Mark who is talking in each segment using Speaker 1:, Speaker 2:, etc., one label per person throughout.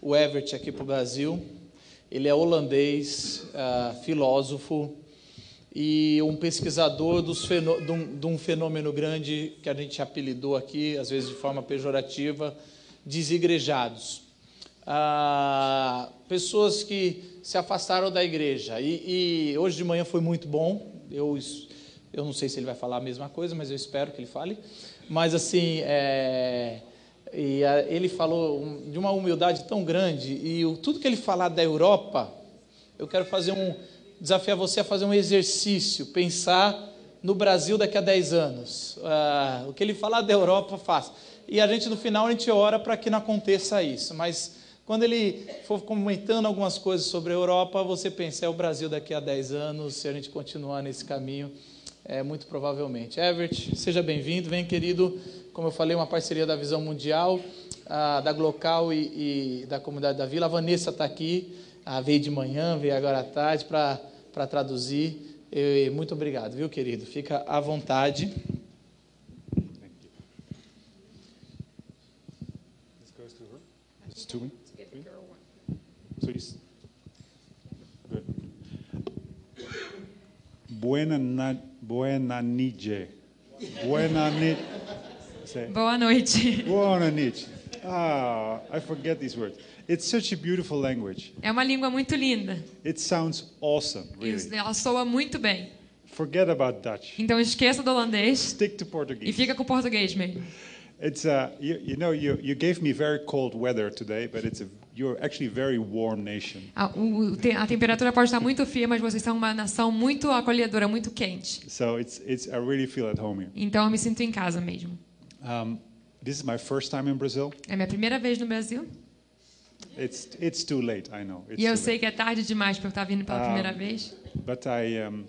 Speaker 1: o Evert aqui para o Brasil. Ele é holandês, ah, filósofo e um pesquisador dos fenô- de, um, de um fenômeno grande que a gente apelidou aqui, às vezes de forma pejorativa, desigrejados. Ah, pessoas que se afastaram da igreja. E, e hoje de manhã foi muito bom. Eu es- eu não sei se ele vai falar a mesma coisa, mas eu espero que ele fale. Mas assim, é, e a- ele falou um- de uma humildade tão grande e o, tudo que ele falar da Europa, eu quero fazer um desafiar você a fazer um exercício, pensar no Brasil daqui a 10 anos. Ah, o que ele falar da Europa, faz. E a gente no final a gente ora para que não aconteça isso, mas quando ele for comentando algumas coisas sobre a Europa, você pensa, é o Brasil daqui a 10 anos, se a gente continuar nesse caminho, é muito provavelmente. Everett, seja bem-vindo, vem querido, como eu falei, uma parceria da Visão Mundial, ah, da Glocal e, e da comunidade da Vila. A Vanessa está aqui, ah, veio de manhã, veio agora à tarde para traduzir. E muito obrigado, viu, querido? Fica à vontade.
Speaker 2: This goes to her? This to me? So you s- Good. Buena na, buena niche. Buena niche. Say,
Speaker 3: Boa noite.
Speaker 2: buona niche. Ah, I forget these words. It's such a beautiful language.
Speaker 3: É uma língua muito linda
Speaker 2: It sounds awesome,
Speaker 3: e
Speaker 2: really.
Speaker 3: ela soa muito bem.
Speaker 2: Forget about Dutch.
Speaker 3: Então esqueça do holandês
Speaker 2: Stick to
Speaker 3: e
Speaker 2: Portuguese.
Speaker 3: fica com o português mesmo.
Speaker 2: It's uh, you, you know, you, you gave me very cold weather today, but it's a, you're actually a very warm nation.
Speaker 3: A, o- o te- a temperatura pode estar muito fria, mas vocês são uma nação muito acolhedora, muito quente.
Speaker 2: So it's, it's, I really feel at home here.
Speaker 3: Então eu me sinto em casa mesmo.
Speaker 2: Um, this is my first time in Brazil.
Speaker 3: É minha primeira vez no Brasil
Speaker 2: It's it's too late, I know. It's
Speaker 3: e eu
Speaker 2: too
Speaker 3: sei que é tarde demais para eu estar vindo pela primeira vez.
Speaker 2: late. But I um,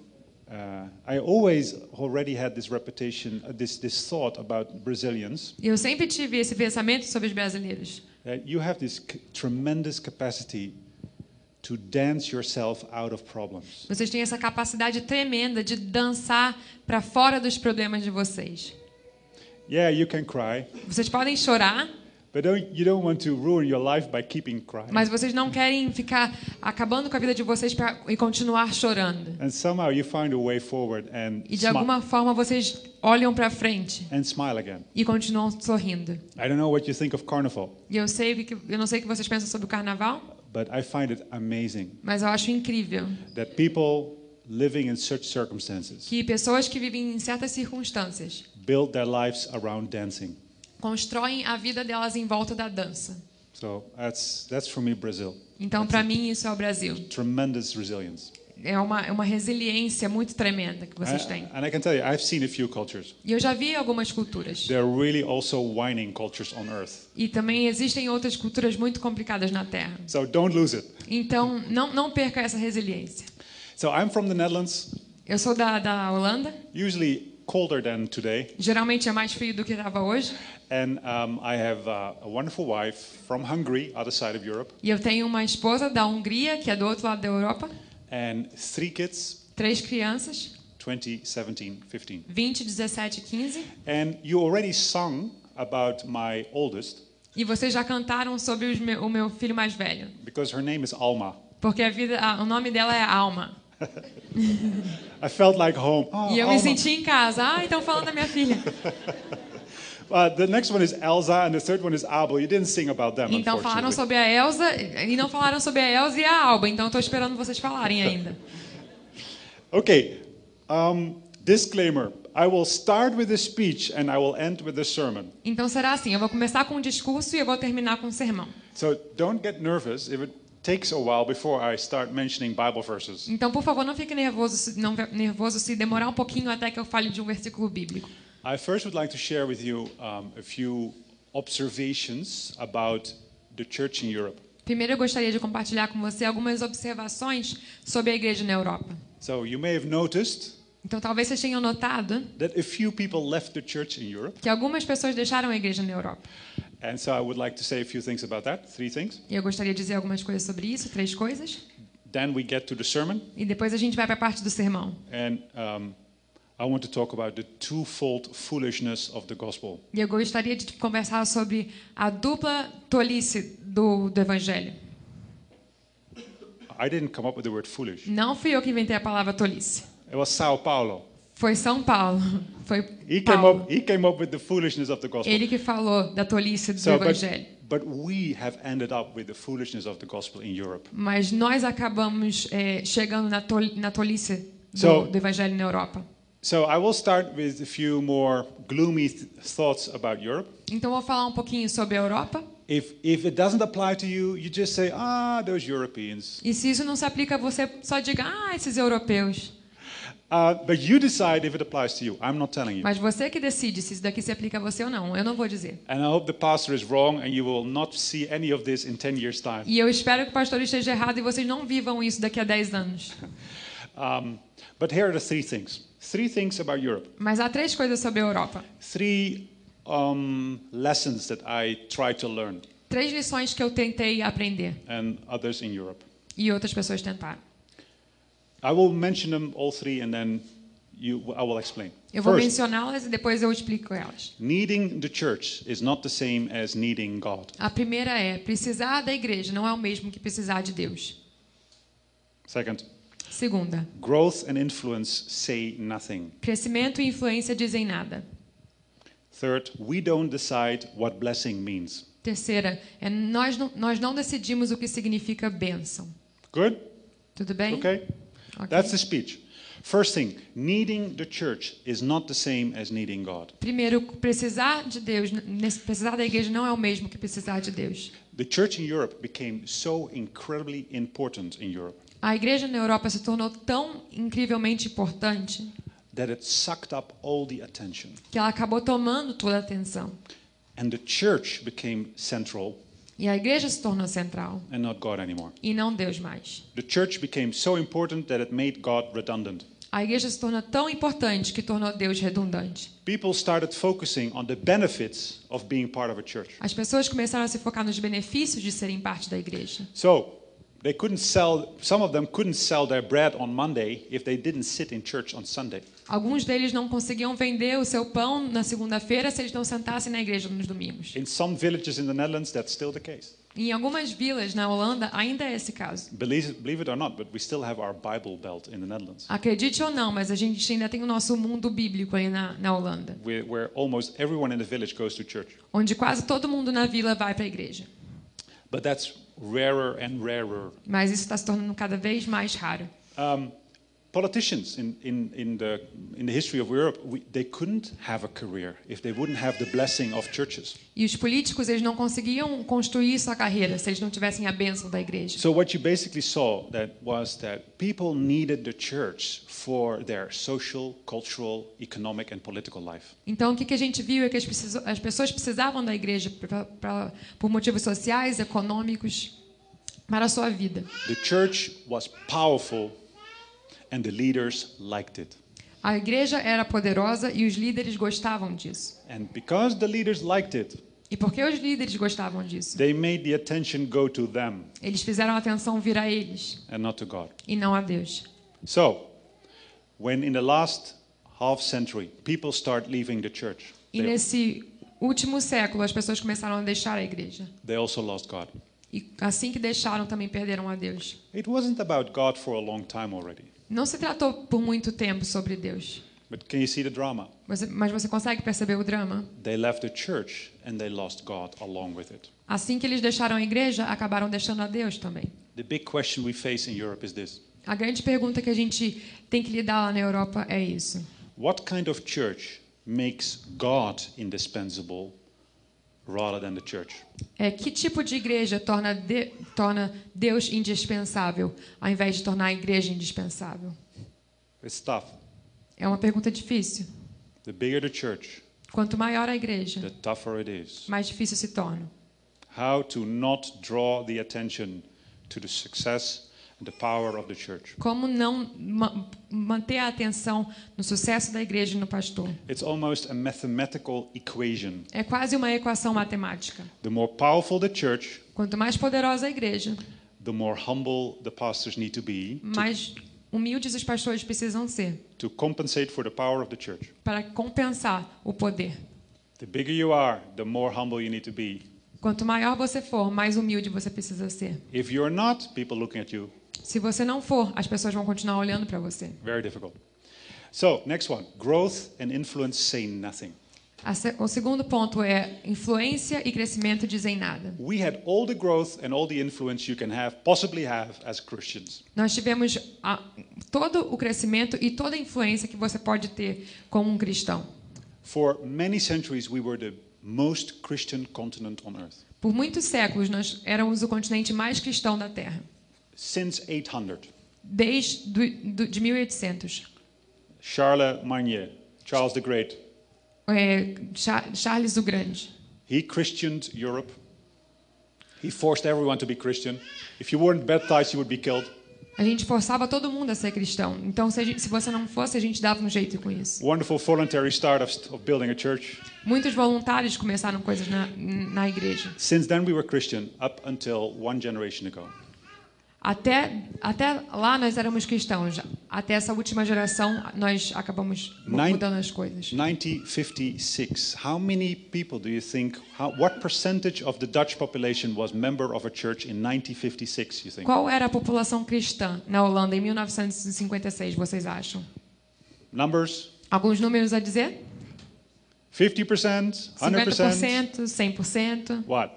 Speaker 2: uh, I always already had this reputation, uh, this this thought about Brazilians.
Speaker 3: E eu sempre tive esse pensamento sobre os brasileiros.
Speaker 2: That you have this c- tremendous capacity to dance yourself out of problems.
Speaker 3: Vocês têm essa capacidade tremenda de dançar para fora dos problemas de vocês.
Speaker 2: Yeah, you can cry,
Speaker 3: Vocês podem chorar,
Speaker 2: but don't you don't want to ruin your life by keeping crying.
Speaker 3: Mas vocês não querem ficar acabando com a vida de vocês pra, e continuar chorando.
Speaker 2: and somehow you find a way forward and
Speaker 3: E de
Speaker 2: smi-
Speaker 3: alguma forma vocês olham pra frente
Speaker 2: and smile again.
Speaker 3: e continuam sorrindo.
Speaker 2: I don't know what you think of carnival,
Speaker 3: E eu sei que eu não sei o que vocês pensam sobre o carnaval,
Speaker 2: but I find it amazing.
Speaker 3: mas eu acho incrível
Speaker 2: that people living in such circumstances
Speaker 3: que pessoas que vivem em certas circunstâncias
Speaker 2: build their lives around dancing.
Speaker 3: constroem a vida delas em volta da dança.
Speaker 2: So that's that's for me Brazil.
Speaker 3: Então, pra mim isso é o Brasil.
Speaker 2: Tremendous resilience.
Speaker 3: É uma é uma resiliência muito tremenda que vocês
Speaker 2: I-
Speaker 3: têm.
Speaker 2: and I can tell you, I've seen a few cultures.
Speaker 3: E eu já vi algumas culturas.
Speaker 2: There are really also whining cultures on Earth.
Speaker 3: E também existem outras culturas muito complicadas na Terra.
Speaker 2: So don't lose it.
Speaker 3: Então, não, não perca essa resiliência.
Speaker 2: So I'm from the Netherlands.
Speaker 3: Eu sou da, da Holanda.
Speaker 2: Usually colder than today,
Speaker 3: Geralmente é mais frio do que estava hoje.
Speaker 2: and um, I have uh, a wonderful wife from Hungary, other side of Europe,
Speaker 3: E eu tenho uma esposa da Hungria, que é do outro lado da Europa.
Speaker 2: and three kids,
Speaker 3: Três crianças,
Speaker 2: 20, 17, 15.
Speaker 3: 20, 17 e 15.
Speaker 2: And you already sung about my oldest
Speaker 3: E vocês já cantaram sobre os meu, o meu filho mais velho.
Speaker 2: because her name is Alma.
Speaker 3: Porque a vida, a- o nome dela é Alma.
Speaker 2: I felt like home. Oh,
Speaker 3: E eu me
Speaker 2: Alma.
Speaker 3: senti em casa. Ah, então falando da minha filha.
Speaker 2: Uh, the next one is Elsa, and the third one is Abel. You didn't sing about them,
Speaker 3: Então falaram
Speaker 2: unfortunately.
Speaker 3: sobre a Elsa e não falaram sobre a Elsa e a Alba. Então eu tô esperando vocês falarem ainda.
Speaker 2: Okay. Um, disclaimer. I will start with a speech and I will end with a sermon.
Speaker 3: Então será assim, eu vou começar com um discurso e eu vou terminar com um sermão.
Speaker 2: So don't get nervous if it takes a while before I start mentioning Bible verses.
Speaker 3: Então, por favor, não fique nervoso se, não, nervoso se demorar um pouquinho até que eu fale de um versículo bíblico.
Speaker 2: I first would like to share with you um, a few observations about the church in Europe.
Speaker 3: Primeiro, eu gostaria de compartilhar com você algumas observações sobre a igreja na Europa.
Speaker 2: So you may have noticed
Speaker 3: Então, talvez vocês tenham notado
Speaker 2: that a few people left the church in Europe.
Speaker 3: que algumas pessoas deixaram a igreja na Europa.
Speaker 2: And so I would like to say a few things about that, three things.
Speaker 3: E eu gostaria de dizer algumas coisas sobre isso, três coisas.
Speaker 2: Then we get to the sermon,
Speaker 3: E depois a gente vai para a parte do sermão.
Speaker 2: and um, I want to talk about the twofold foolishness of the gospel.
Speaker 3: E eu gostaria de conversar sobre a dupla tolice do, do evangelho.
Speaker 2: I didn't come up with the word foolish.
Speaker 3: Não fui eu que inventei a palavra tolice.
Speaker 2: It was Sao Paulo.
Speaker 3: Foi São Paulo. Foi
Speaker 2: He came
Speaker 3: Paulo.
Speaker 2: up. He came up with the foolishness of the gospel.
Speaker 3: Ele que falou da tolice do
Speaker 2: So, but,
Speaker 3: evangelho.
Speaker 2: but we have ended up with the foolishness of the gospel in Europe.
Speaker 3: Mas nós acabamos eh, chegando na, tol na tolice do,
Speaker 2: So-
Speaker 3: do evangelho na Europa.
Speaker 2: So I will start with a few more gloomy th- thoughts about Europe.
Speaker 3: Então vou falar um pouquinho sobre a Europa.
Speaker 2: If if it doesn't apply to you, you just say, ah, those Europeans.
Speaker 3: E se isso não se aplica a você, só diga, ah, esses europeus.
Speaker 2: Uh, but you decide if it applies to you. I'm not telling you.
Speaker 3: Mas você que decide se isso daqui se aplica a você ou não. Eu não vou dizer.
Speaker 2: And I hope the pastor is wrong, and you will not see any of this in 10 years' time.
Speaker 3: E eu espero que o pastor esteja errado e vocês não vivam isso daqui a 10 anos.
Speaker 2: Um, but here are the three things. Three things about Europe.
Speaker 3: Mas há três coisas sobre a Europa.
Speaker 2: Three um, lessons that I try to learn,
Speaker 3: Três lições que eu tentei aprender
Speaker 2: and others in Europe.
Speaker 3: e outras pessoas tentaram.
Speaker 2: I will mention them all three and then you, I will explain.
Speaker 3: Eu vou
Speaker 2: First,
Speaker 3: mencioná-las e depois eu explico elas.
Speaker 2: needing the church is not the same as needing God.
Speaker 3: A primeira é: precisar da igreja não é o mesmo que precisar de Deus.
Speaker 2: Second,
Speaker 3: Segunda,
Speaker 2: growth and influence say nothing.
Speaker 3: crescimento e influência dizem nada.
Speaker 2: Third, we don't decide what blessing means.
Speaker 3: Terceira, é nós não, nós não decidimos o que significa bênção.
Speaker 2: Good?
Speaker 3: Tudo bem?
Speaker 2: Okay?
Speaker 3: Ok.
Speaker 2: That's the speech. First thing, needing the church is not the same as needing God.
Speaker 3: Primeiro, precisar de Deus, nesse- precisar da igreja não é o mesmo que precisar de Deus.
Speaker 2: The church in Europe became so incredibly important in Europe
Speaker 3: A igreja na Europa se tornou tão incrivelmente importante
Speaker 2: that it sucked up all the attention.
Speaker 3: que ela acabou tomando toda a atenção.
Speaker 2: And the church became central
Speaker 3: E a igreja se tornou central
Speaker 2: and not God anymore.
Speaker 3: e não Deus mais.
Speaker 2: The church became so important that it made God redundant.
Speaker 3: A igreja se tornou tão importante que tornou Deus redundante.
Speaker 2: People started focusing on the benefits of being part of a church.
Speaker 3: As pessoas começaram a se focar nos benefícios de serem parte da igreja.
Speaker 2: So, they couldn't sell, some of them couldn't sell their bread on Monday if they didn't sit in church on Sunday.
Speaker 3: Alguns deles não conseguiam vender o seu pão na segunda-feira se eles não sentassem na igreja nos domingos.
Speaker 2: In some villages in the Netherlands, that's still the case.
Speaker 3: Em algumas vilas na Holanda ainda é esse caso.
Speaker 2: Believe, believe it or not, but we still have our Bible belt in the Netherlands,
Speaker 3: Acredite ou não, mas a gente ainda tem o nosso mundo bíblico aí na, na Holanda,
Speaker 2: where, where almost everyone in the village goes to church.
Speaker 3: onde quase todo mundo na vila vai para a igreja.
Speaker 2: But that's rarer and rarer.
Speaker 3: Mas isso está se tornando cada vez mais raro.
Speaker 2: Um, politicians in, in, in, the, in the history of Europe, we, they couldn't have a career if they wouldn't have the blessing of churches.
Speaker 3: E os políticos eles não conseguiam construir sua carreira se eles não tivessem a bênção da igreja.
Speaker 2: So what you basically saw that was that people needed the church for their social, cultural, economic, and political life.
Speaker 3: Então, o que que a gente viu é que as, preciso- as pessoas precisavam da igreja pra, pra, por motivos sociais, econômicos, para a sua vida.
Speaker 2: The church was powerful, and the leaders liked it.
Speaker 3: A igreja era poderosa e os líderes gostavam disso.
Speaker 2: And because the leaders liked it,
Speaker 3: E por que os líderes gostavam disso?
Speaker 2: they made the attention go to them
Speaker 3: Eles fizeram a atenção vir a eles
Speaker 2: and not to God.
Speaker 3: e não a Deus.
Speaker 2: So, when in the last half century people start leaving the church,
Speaker 3: E
Speaker 2: they,
Speaker 3: nesse último século, as pessoas começaram a deixar a igreja.
Speaker 2: they also lost God.
Speaker 3: E assim que deixaram, também perderam a Deus.
Speaker 2: It wasn't about God for a long time already.
Speaker 3: Não se tratou por muito tempo sobre Deus.
Speaker 2: But can you see the drama?
Speaker 3: Você- mas você consegue perceber o drama?
Speaker 2: They left the church and they lost God along with it.
Speaker 3: Assim que eles deixaram a igreja, acabaram deixando a Deus também.
Speaker 2: The big question we face in Europe is this
Speaker 3: A grande pergunta que a gente tem que lidar lá na Europa é isso:
Speaker 2: What kind of church makes God indispensable rather than the church?
Speaker 3: é que tipo de igreja torna, de, torna Deus indispensável, ao invés de tornar a igreja indispensável?
Speaker 2: It's tough.
Speaker 3: É uma pergunta difícil.
Speaker 2: The bigger the church,
Speaker 3: Quanto maior a
Speaker 2: the
Speaker 3: igreja,
Speaker 2: tougher it is.
Speaker 3: mais difícil se torna.
Speaker 2: how to not draw the attention to the success and the power of the church.
Speaker 3: Como não ma- manter a atenção no sucesso da igreja e no pastor?
Speaker 2: It's almost a mathematical equation.
Speaker 3: É quase uma equação matemática.
Speaker 2: The more powerful the church,
Speaker 3: Quanto mais poderosa a igreja,
Speaker 2: the more humble the pastors need to be
Speaker 3: mais humildes os pastores precisam ser
Speaker 2: to compensate for the power of the church.
Speaker 3: para compensar o poder.
Speaker 2: The bigger you are, the more humble you need to be.
Speaker 3: Quanto maior você for, mais humilde você precisa ser.
Speaker 2: If you're not, people looking at you,
Speaker 3: Se você não for, as pessoas vão continuar olhando para você.
Speaker 2: very difficult. So, next one growth and influence say nothing.
Speaker 3: A se- O segundo ponto é influência e crescimento dizem nada.
Speaker 2: We had all the growth and all the influence you can have, possibly have, as Christians.
Speaker 3: Nós tivemos a, todo o crescimento e toda a influência que você pode ter como um cristão.
Speaker 2: For many centuries, we were the most Christian continent on earth.
Speaker 3: Por muitos séculos, nós éramos o continente mais cristão da Terra,
Speaker 2: Since 800,
Speaker 3: desde do, do, de 1800.
Speaker 2: Charlemagne, Charles the Great,
Speaker 3: É, Cha- Charles o Grande.
Speaker 2: he Christianed Europe. He forced everyone to be Christian. If you weren't baptized, you would be killed.
Speaker 3: A gente forçava todo mundo a ser cristão. Então, se, a gente- se você não fosse, a gente dava um jeito com isso.
Speaker 2: Wonderful voluntary start of, of building a church.
Speaker 3: Muitos voluntários começaram coisas na, na igreja.
Speaker 2: Since then, we were Christian up until one generation ago.
Speaker 3: Até, até lá nós éramos cristãos. Até essa última geração nós acabamos mu-
Speaker 2: Nine-
Speaker 3: mudando as coisas.
Speaker 2: 1956. How many people do you think? How, what percentage of the Dutch population was member of a church in 1956? You think?
Speaker 3: Qual era a população cristã na Holanda em 1956, vocês acham?
Speaker 2: Numbers?
Speaker 3: Alguns números a dizer?
Speaker 2: 50%, 100%.
Speaker 3: 50%, 100%,
Speaker 2: What?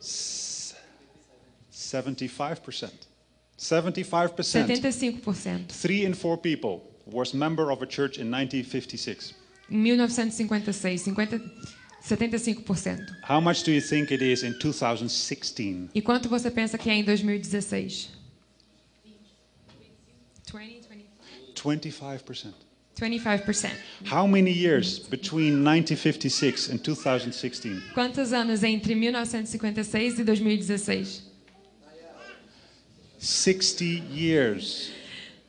Speaker 2: S- 75%. 75%.
Speaker 3: 75%.
Speaker 2: Three in four people was member of a church in 1956.
Speaker 3: Em 1956, 50, 75%.
Speaker 2: How much do you think it is in 2016?
Speaker 3: E quanto você pensa que é em 2016? 20, 20,
Speaker 2: 25%.
Speaker 3: 25%.
Speaker 2: How many years between 1956 and 2016?
Speaker 3: Quantos anos entre 1956 e 2016?
Speaker 2: 60 years.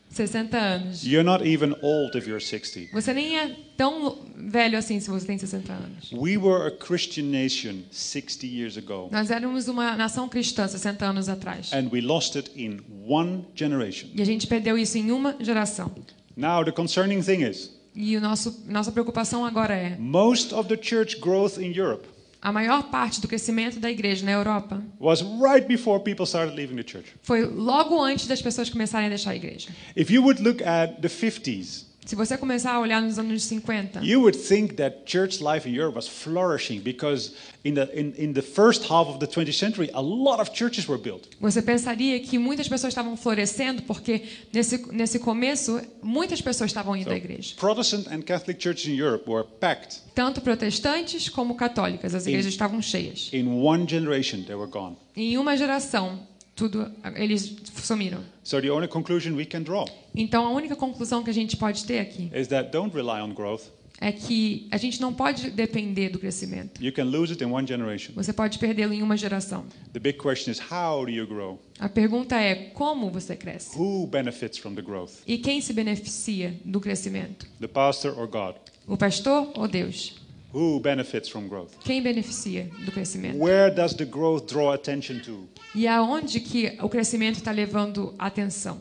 Speaker 3: 60 anos.
Speaker 2: You're not even old if you're 60.
Speaker 3: Você nem é tão velho assim se você tem 60 anos.
Speaker 2: We were a Christian nation 60 years ago,
Speaker 3: Nós éramos uma nação cristã 60 anos atrás.
Speaker 2: and we lost it in one generation.
Speaker 3: E a gente perdeu isso em uma geração.
Speaker 2: Now, the concerning thing is
Speaker 3: E o nosso, nossa preocupação agora é:
Speaker 2: most of the church growth in Europe
Speaker 3: a maior parte do crescimento da igreja na Europa
Speaker 2: was right before people started leaving the church.
Speaker 3: foi logo antes das pessoas começarem a deixar a igreja.
Speaker 2: If you would look at the 50s,
Speaker 3: Se você começar a olhar nos anos 50,
Speaker 2: You would think that church life in Europe was flourishing because in the, in, in the first half of the 20th century, a lot of churches were built.
Speaker 3: Você pensaria que muitas pessoas estavam florescendo porque nesse, nesse começo muitas pessoas estavam indo à igreja.
Speaker 2: Protestant and Catholic churches in Europe were packed.
Speaker 3: Tanto protestantes como católicas, as igrejas estavam cheias.
Speaker 2: In one generation, they were gone.
Speaker 3: Em uma geração, tudo eles sumiram.
Speaker 2: So the only conclusion we can draw
Speaker 3: Então a única conclusão que a gente pode ter aqui
Speaker 2: is that don't rely on growth.
Speaker 3: é que a gente não pode depender do crescimento.
Speaker 2: You can lose it in one generation.
Speaker 3: Você pode perdê-lo em uma geração.
Speaker 2: The big question is how do you grow?
Speaker 3: A pergunta é como você cresce
Speaker 2: Who benefits from the growth?
Speaker 3: e quem se beneficia do crescimento?
Speaker 2: The pastor or God?
Speaker 3: O pastor ou Deus?
Speaker 2: Who benefits from growth?
Speaker 3: Quem beneficia do crescimento?
Speaker 2: Where does the growth draw attention to?
Speaker 3: E aonde que o crescimento está levando a atenção?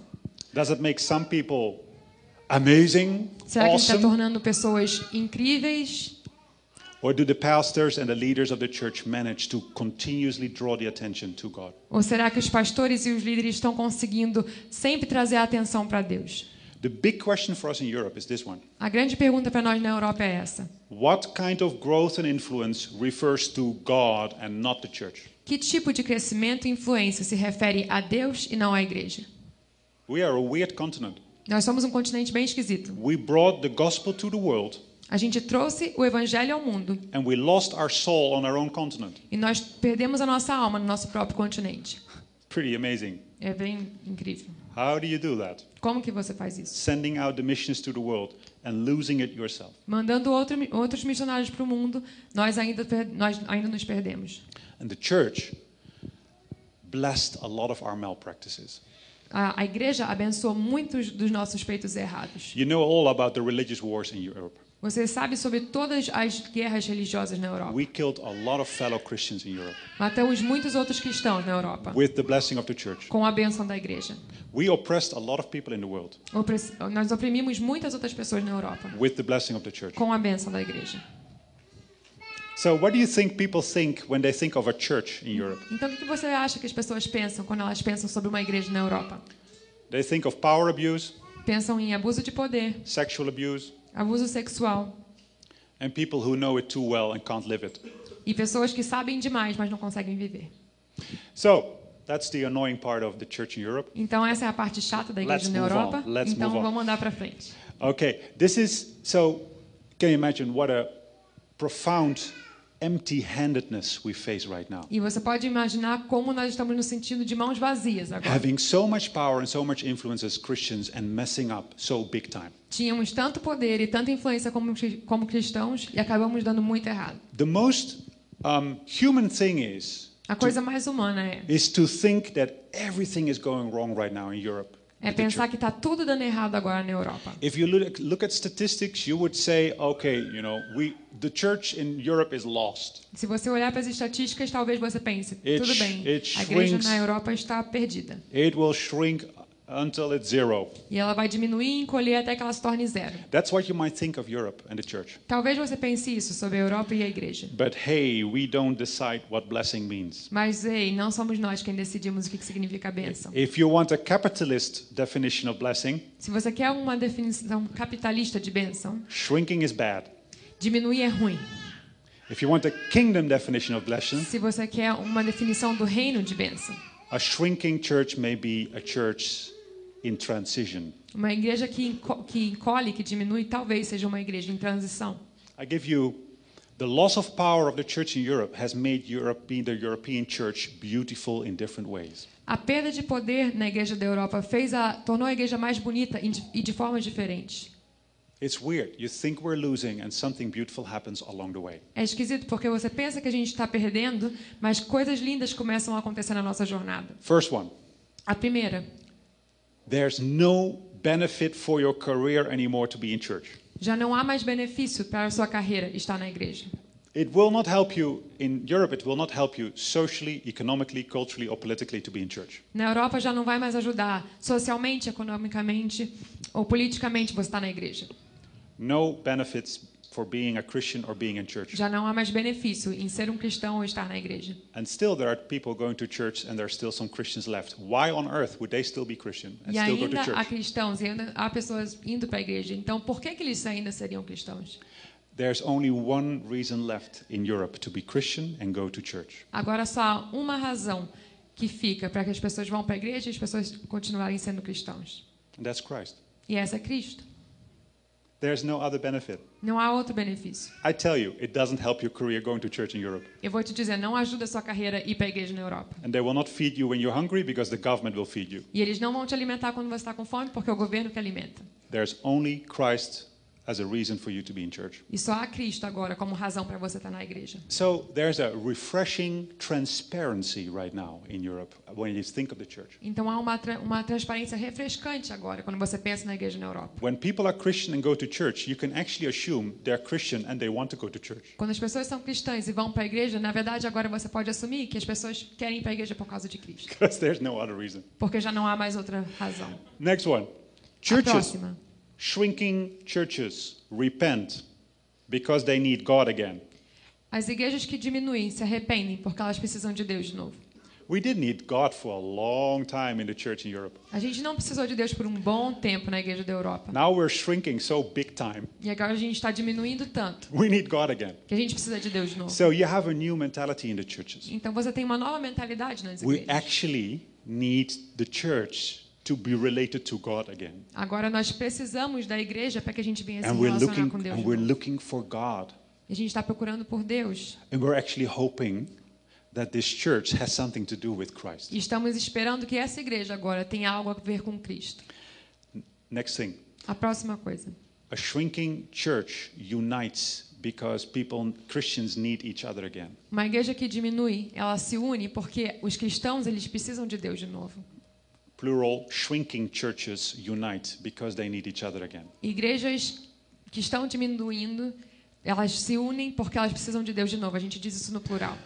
Speaker 2: Does it make some people amazing,
Speaker 3: Será que está
Speaker 2: awesome,
Speaker 3: tornando pessoas incríveis?
Speaker 2: Or do the pastors and the leaders of the church manage to continuously draw the attention to God?
Speaker 3: Ou será que os pastores e os líderes estão conseguindo sempre trazer a atenção para Deus?
Speaker 2: The big question for us in Europe is this one
Speaker 3: A grande pergunta para nós na Europa é essa:
Speaker 2: What kind of growth and influence refers to God and not the church?
Speaker 3: que tipo de crescimento e influência se refere a Deus e não à igreja?
Speaker 2: We are a weird continent.
Speaker 3: Nós somos um continente bem esquisito.
Speaker 2: We brought the gospel to the world
Speaker 3: A gente trouxe o evangelho ao mundo
Speaker 2: and we lost our soul on our own continent.
Speaker 3: e nós perdemos a nossa alma no nosso próprio continente.
Speaker 2: pretty amazing.
Speaker 3: É bem incrível.
Speaker 2: How do you do that?
Speaker 3: Como que você faz isso?
Speaker 2: Sending out the missions to the world and losing it yourself.
Speaker 3: Mandando outro, outros missionários para o mundo, nós ainda, per- nós ainda nos perdemos.
Speaker 2: And the church blessed a lot of our malpractices.
Speaker 3: A, a igreja abençoou muitos dos nossos feitos errados.
Speaker 2: You know all about the religious wars in Europe.
Speaker 3: Você sabe sobre todas as guerras religiosas na Europa.
Speaker 2: We killed a lot of fellow Christians in Europe
Speaker 3: Matamos muitos outros cristãos na Europa
Speaker 2: with the blessing of the church.
Speaker 3: com a bênção da igreja.
Speaker 2: We oppressed a lot of people in the world
Speaker 3: Opres- Nós oprimimos muitas outras pessoas na Europa
Speaker 2: with the blessing of the church.
Speaker 3: com a bênção da igreja.
Speaker 2: So, what do you think people think when they think of a church in Europe?
Speaker 3: Então, o que que você acha que as pessoas pensam quando elas pensam sobre uma igreja na Europa?
Speaker 2: They think of power abuse,
Speaker 3: Pensam em abuso de poder,
Speaker 2: sexual abuse,
Speaker 3: abuso sexual
Speaker 2: and people who know it too well and can't live it.
Speaker 3: e pessoas que sabem demais, mas não conseguem viver.
Speaker 2: So, that's the annoying part of the church in Europe.
Speaker 3: Então, essa é a parte chata da igreja
Speaker 2: Let's
Speaker 3: na
Speaker 2: move
Speaker 3: Europa.
Speaker 2: on. Let's
Speaker 3: Então,
Speaker 2: move on.
Speaker 3: vamos andar para frente.
Speaker 2: Okay, this is so. Can you imagine what a profound empty handedness we face right now?
Speaker 3: E você pode imaginar como nós estamos no sentido de mãos vazias agora.
Speaker 2: Having so much power and so much influence as Christians and messing up so big time.
Speaker 3: Tínhamos tanto poder e tanta influência como, cri- como cristãos e acabamos dando muito errado.
Speaker 2: The most um, human thing is
Speaker 3: A coisa mais humana é,
Speaker 2: is to think that everything is going wrong right now in Europe.
Speaker 3: é
Speaker 2: with the
Speaker 3: pensar
Speaker 2: church.
Speaker 3: que está tudo dando errado agora na Europa.
Speaker 2: If you look, look at statistics, you would say, okay, you know, we the church in Europe is lost.
Speaker 3: Se você olhar para as estatísticas, talvez você pense,
Speaker 2: It
Speaker 3: tudo
Speaker 2: sh-
Speaker 3: bem,
Speaker 2: it
Speaker 3: a igreja
Speaker 2: shrinks.
Speaker 3: na Europa está perdida.
Speaker 2: It will shrink until it's zero.
Speaker 3: E ela vai diminuir e encolher até que ela se torne zero.
Speaker 2: That's what you might think of Europe and the church.
Speaker 3: Talvez você pense isso sobre a Europa e a igreja.
Speaker 2: But hey, we don't decide what blessing means.
Speaker 3: Mas, ei, não somos nós quem decidimos o que que significa bênção.
Speaker 2: If you want a capitalist definition of blessing,
Speaker 3: Se você quer uma definição capitalista de bênção,
Speaker 2: shrinking is bad.
Speaker 3: diminuir é ruim.
Speaker 2: If you want a kingdom definition of blessing,
Speaker 3: Se você quer uma definição do reino de bênção,
Speaker 2: a shrinking church may be a church in transition.
Speaker 3: uma igreja que, enco- que encolhe, que diminui, talvez seja uma igreja em transição.
Speaker 2: I give you the loss of power of the church in Europe has made Europe being the European church beautiful in different ways.
Speaker 3: A perda de poder na igreja da Europa fez a, tornou a igreja mais bonita e de, e de formas diferentes.
Speaker 2: It's weird. You think we're losing and something beautiful happens along the way.
Speaker 3: É esquisito porque você pensa que a gente está perdendo, mas coisas lindas começam a acontecer na nossa jornada.
Speaker 2: First one,
Speaker 3: A primeira,
Speaker 2: there's no benefit for your career anymore to be in church.
Speaker 3: já não há mais benefício para a sua carreira estar na igreja.
Speaker 2: It will not help you in Europe, it will not help you socially, economically, culturally, or politically to be in church.
Speaker 3: Na Europa já não vai mais ajudar socialmente, economicamente ou politicamente você estar na igreja.
Speaker 2: No benefits for being a Christian or being in church.
Speaker 3: Já não há mais benefício em ser um cristão ou estar na igreja.
Speaker 2: And still, there are people going to church and there are still some Christians left. Why on earth would they still be Christian and
Speaker 3: E
Speaker 2: still go
Speaker 3: ainda
Speaker 2: to
Speaker 3: há
Speaker 2: church?
Speaker 3: cristãos, e ainda há pessoas indo para a igreja. Então, por que, que eles ainda seriam cristãos?
Speaker 2: There's only one reason left in Europe to be Christian and go to church.
Speaker 3: Agora só há uma razão que fica para que as pessoas vão para a igreja e as pessoas continuarem sendo cristãos.
Speaker 2: And that's Christ.
Speaker 3: E essa é Cristo.
Speaker 2: There's no other benefit.
Speaker 3: Não há outro benefício.
Speaker 2: I tell you, it doesn't help your career going to church in Europe.
Speaker 3: Eu vou te dizer, não ajuda a sua carreira ir para a igreja na Europa.
Speaker 2: And they will not feed you when you're hungry because the government will feed you.
Speaker 3: E eles não vão te alimentar quando você está com fome, porque é o governo que alimenta.
Speaker 2: There's only Christ as a reason for you to be in church.
Speaker 3: E só há Cristo agora como razão para você estar na igreja.
Speaker 2: So there's a refreshing transparency right now in Europe when you think of the church.
Speaker 3: Então há uma, tra- uma transparência refrescante agora quando você pensa na igreja na Europa.
Speaker 2: When people are Christian and go to church, you can actually assume they're Christian and they want to go to church.
Speaker 3: Quando as pessoas são cristãs e vão para a igreja, na verdade agora você pode assumir que as pessoas querem ir para a igreja por causa de Cristo,
Speaker 2: Because there's no other reason.
Speaker 3: porque já não há mais outra razão.
Speaker 2: Next one.
Speaker 3: A
Speaker 2: Churches,
Speaker 3: próxima.
Speaker 2: shrinking churches, repent because they need God again.
Speaker 3: As igrejas que diminuem se arrependem porque elas precisam de Deus de novo.
Speaker 2: We did need God for a long time in the church in Europe.
Speaker 3: A gente não precisou de Deus por um bom tempo na igreja da Europa.
Speaker 2: Now we're shrinking so big time.
Speaker 3: E agora a gente está diminuindo tanto
Speaker 2: We need God again.
Speaker 3: que a gente precisa de Deus de novo.
Speaker 2: So you have a new mentality in the churches.
Speaker 3: Então você tem uma nova mentalidade nas
Speaker 2: We
Speaker 3: igrejas.
Speaker 2: actually need the church to be related to God again.
Speaker 3: Agora nós precisamos da igreja para que a gente venha se
Speaker 2: And we're
Speaker 3: relacionar
Speaker 2: looking
Speaker 3: com Deus.
Speaker 2: and
Speaker 3: de
Speaker 2: we're
Speaker 3: novo.
Speaker 2: looking for God.
Speaker 3: E a gente está procurando por tá Deus.
Speaker 2: And we're actually hoping that this church has something to do with Christ.
Speaker 3: E estamos esperando que essa igreja agora tenha algo a ver com Cristo.
Speaker 2: Next thing
Speaker 3: A próxima coisa.
Speaker 2: a shrinking church unites because people, Christians, need each other again.
Speaker 3: Uma igreja que diminui, ela se une porque os cristãos eles precisam de Deus de novo.
Speaker 2: Plural, shrinking churches unite because they need each other again.
Speaker 3: Igrejas que estão diminuindo, elas se unem porque elas precisam de Deus de novo. A gente diz isso no plural.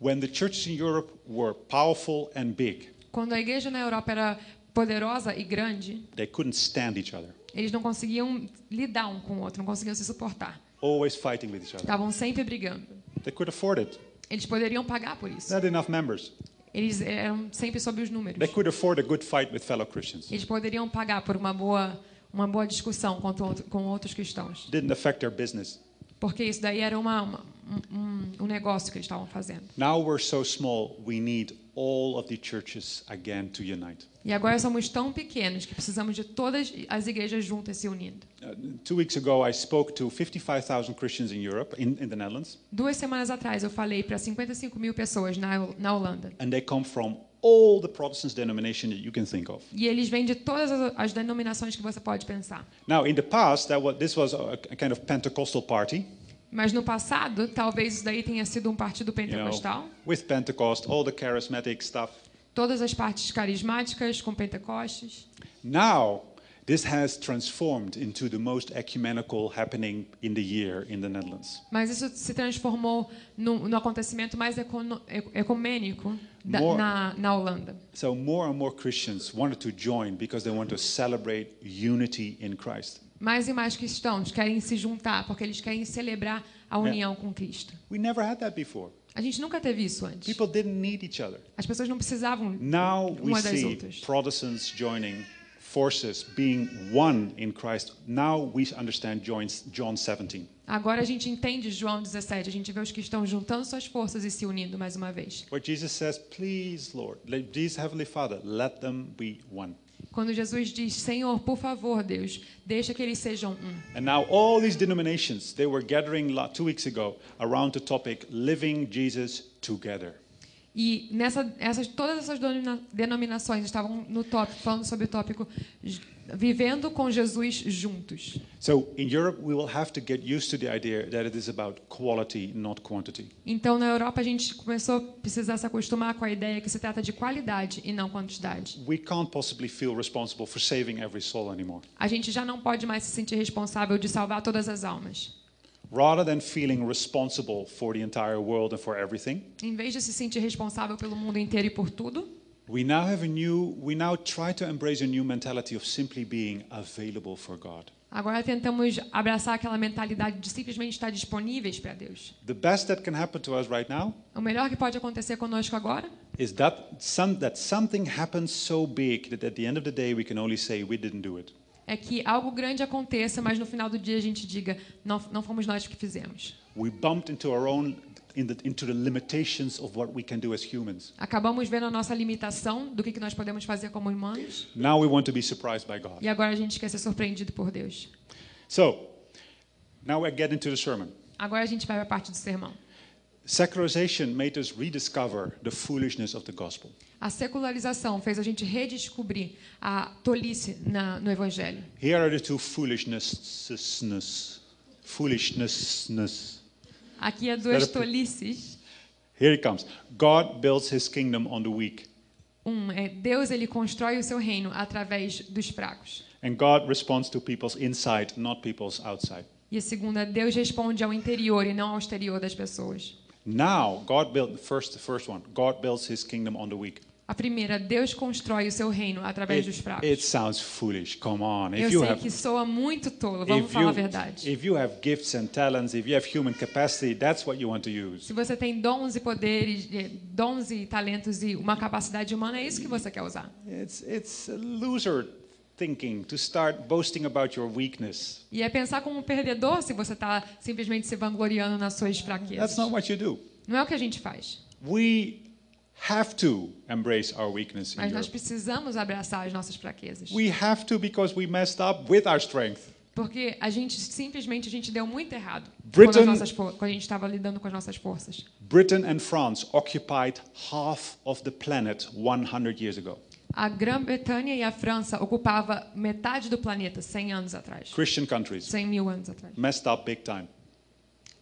Speaker 2: When the churches in Europe were powerful and big,
Speaker 3: Quando a igreja na Europa era poderosa e grande,
Speaker 2: they couldn't stand each other,
Speaker 3: eles não conseguiam lidar um com o outro, não conseguiam se suportar.
Speaker 2: always fighting with each other.
Speaker 3: Estavam sempre brigando.
Speaker 2: They could afford it.
Speaker 3: Eles poderiam pagar por isso.
Speaker 2: They had enough members.
Speaker 3: Eles eram sempre sobre os números.
Speaker 2: They could afford a good fight with fellow Christians.
Speaker 3: Eles poderiam pagar por uma boa uma boa discussão contra outro- com outros cristãos,
Speaker 2: didn't affect their business.
Speaker 3: porque isso daí era uma, uma- um, um negócio que eles estavam fazendo.
Speaker 2: Now we're so small, we need all of the churches again to unite.
Speaker 3: E agora somos tão pequenos que precisamos de todas as igrejas juntas se unindo.
Speaker 2: Uh, two weeks ago, I spoke to 55,000 Christians in Europe, in, in the Netherlands,
Speaker 3: Duas semanas atrás eu falei para 55 mil pessoas na, Hol- na Holanda.
Speaker 2: and they come from all the Protestant denomination that you can think of.
Speaker 3: E eles vêm de todas as- as denominações que você pode pensar.
Speaker 2: Now, in the past, that was, this was a, a kind of Pentecostal party,
Speaker 3: Mas no passado, talvez isso daí tenha sido um partido
Speaker 2: you know,
Speaker 3: pentecostal.
Speaker 2: with Pentecost, all the charismatic stuff.
Speaker 3: Todas as partes carismáticas com pentecostes.
Speaker 2: Now, this has transformed into the most ecumenical happening in the year in the Netherlands.
Speaker 3: Mas isso se transformou no, no acontecimento mais econo, e- ecumênico da,
Speaker 2: More-
Speaker 3: na, na Holanda.
Speaker 2: So more and more Christians wanted to join because they want to celebrate unity in Christ.
Speaker 3: Mais e mais cristãos querem se juntar porque eles querem celebrar
Speaker 2: É.
Speaker 3: a união com Cristo.
Speaker 2: We never had that before.
Speaker 3: A gente nunca teve isso antes.
Speaker 2: People didn't need each other.
Speaker 3: As pessoas não precisavam
Speaker 2: Now we
Speaker 3: uma das
Speaker 2: see
Speaker 3: outras.
Speaker 2: Protestants joining forces, being one in Christ. Now we understand joins- John 17,
Speaker 3: Agora a gente entende João 17. A gente vê os cristãos juntando suas forças e se unindo mais uma vez.
Speaker 2: where Jesus says, Please, Lord, let- please, Heavenly Father, let them be one.
Speaker 3: Quando Jesus diz, Senhor, por favor, Deus, deixa que eles sejam um.
Speaker 2: And now all these denominations, they were gathering la- two weeks ago around the topic living Jesus together.
Speaker 3: E nessa, essas, todas essas denomina- denominações estavam no tópico, falando sobre o tópico "J- vivendo com Jesus juntos.
Speaker 2: So in Europe, we will have to get used to the idea that it is about quality, not quantity.
Speaker 3: Então, na Europa, a gente começou a precisar se acostumar com a ideia que se trata de qualidade e não quantidade.
Speaker 2: We can't possibly feel responsible for saving every soul anymore.
Speaker 3: A gente já não pode mais se sentir responsável de salvar todas as almas.
Speaker 2: Rather than feeling responsible for the entire world and for everything,
Speaker 3: Em vez de se sentir responsável pelo mundo inteiro e por tudo,
Speaker 2: we now have a new, we now try to embrace a new mentality of simply being available for God.
Speaker 3: agora tentamos abraçar aquela mentalidade de simplesmente estar disponíveis para Deus.
Speaker 2: The best that can happen to us right now
Speaker 3: O melhor que pode acontecer conosco agora
Speaker 2: is that, some, that something happens so big that at the end of the day we can only say we didn't do it.
Speaker 3: é que algo grande aconteça, mas no final do dia a gente diga, não, não fomos nós que fizemos.
Speaker 2: We bumped into our own, in the, into the limitations of what we can do as humans.
Speaker 3: Acabamos vendo a nossa limitação do que que nós podemos fazer como humanos,
Speaker 2: Now we want to be surprised by God.
Speaker 3: e agora a gente quer ser surpreendido por Deus.
Speaker 2: So, now we're getting to the sermon.
Speaker 3: Agora a gente vai para a parte do sermão.
Speaker 2: Secularization made us rediscover the foolishness of the gospel.
Speaker 3: A secularização fez a gente redescobrir a tolice na, no Evangelho.
Speaker 2: Here are the two foolishnesses. Foolishnessness.
Speaker 3: Aqui há duas
Speaker 2: Espera, por-
Speaker 3: tolices.
Speaker 2: Here it comes. God builds his kingdom on the weak,
Speaker 3: Um é Deus ele constrói o seu reino através dos fracos.
Speaker 2: and God responds to people's inside, not people's outside.
Speaker 3: E a segunda, Deus responde ao interior e não ao exterior das pessoas.
Speaker 2: Now, God built first the first one. God builds his kingdom on the weak.
Speaker 3: A primeira, Deus constrói o seu reino através dos
Speaker 2: It,
Speaker 3: fracos.
Speaker 2: it sounds foolish. Come on.
Speaker 3: Eu
Speaker 2: If you
Speaker 3: sei
Speaker 2: have
Speaker 3: que soa muito tolo, vamos
Speaker 2: if
Speaker 3: falar
Speaker 2: you,
Speaker 3: a verdade.
Speaker 2: if you have gifts and talents, if you have human capacity, that's what you want to use.
Speaker 3: Se você tem dons e poderes, eh, dons e talentos e uma capacidade humana, é isso que você quer usar.
Speaker 2: It's, it's a loser thinking to start boasting about your weakness.
Speaker 3: E é pensar como um perdedor se você está simplesmente se vangloriando nas suas
Speaker 2: That's
Speaker 3: fraquezas.
Speaker 2: not what you do.
Speaker 3: Não é o que a gente faz.
Speaker 2: We have to embrace our weakness in
Speaker 3: Mas nós
Speaker 2: Europe.
Speaker 3: precisamos abraçar as nossas fraquezas.
Speaker 2: We have to because we messed up with our strength.
Speaker 3: Porque a gente simplesmente a gente deu muito errado
Speaker 2: Britain-
Speaker 3: quando, as nossas for- quando a gente estava lidando com as nossas forças.
Speaker 2: Britain and France occupied half of the planet 100 years ago.
Speaker 3: A Grã-Bretanha e a França ocupava metade do planeta 100 anos atrás,
Speaker 2: Christian countries
Speaker 3: 100 mil anos atrás.
Speaker 2: messed up big time.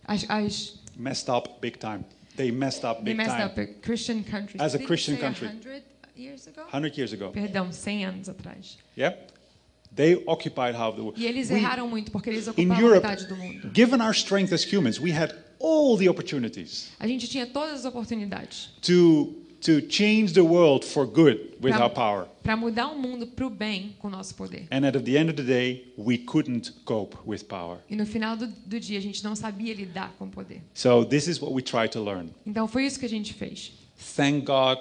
Speaker 3: As, as
Speaker 2: Messed up big time. They messed up
Speaker 3: they
Speaker 2: big
Speaker 3: messed
Speaker 2: time.
Speaker 3: up uh, Christian countries.
Speaker 2: As a
Speaker 3: Did you
Speaker 2: Christian
Speaker 3: say
Speaker 2: country.
Speaker 3: 100 years ago?
Speaker 2: 100 years ago.
Speaker 3: Perdão, 100 anos atrás.
Speaker 2: Yeah? They occupied half the world.
Speaker 3: E eles
Speaker 2: We-
Speaker 3: erraram muito porque eles
Speaker 2: in
Speaker 3: ocupavam
Speaker 2: Europe,
Speaker 3: metade do mundo.
Speaker 2: given our strength as humans, we had all the opportunities
Speaker 3: A gente tinha todas as oportunidades
Speaker 2: to, to change the world for good with
Speaker 3: Pra-
Speaker 2: our power.
Speaker 3: para mudar o mundo para o bem com o nosso poder.
Speaker 2: And at the end of the day, we couldn't cope with power.
Speaker 3: E no final do, do dia a gente não sabia lidar com o poder.
Speaker 2: So this is what we try to learn.
Speaker 3: Então foi isso que a gente fez.
Speaker 2: Thank God,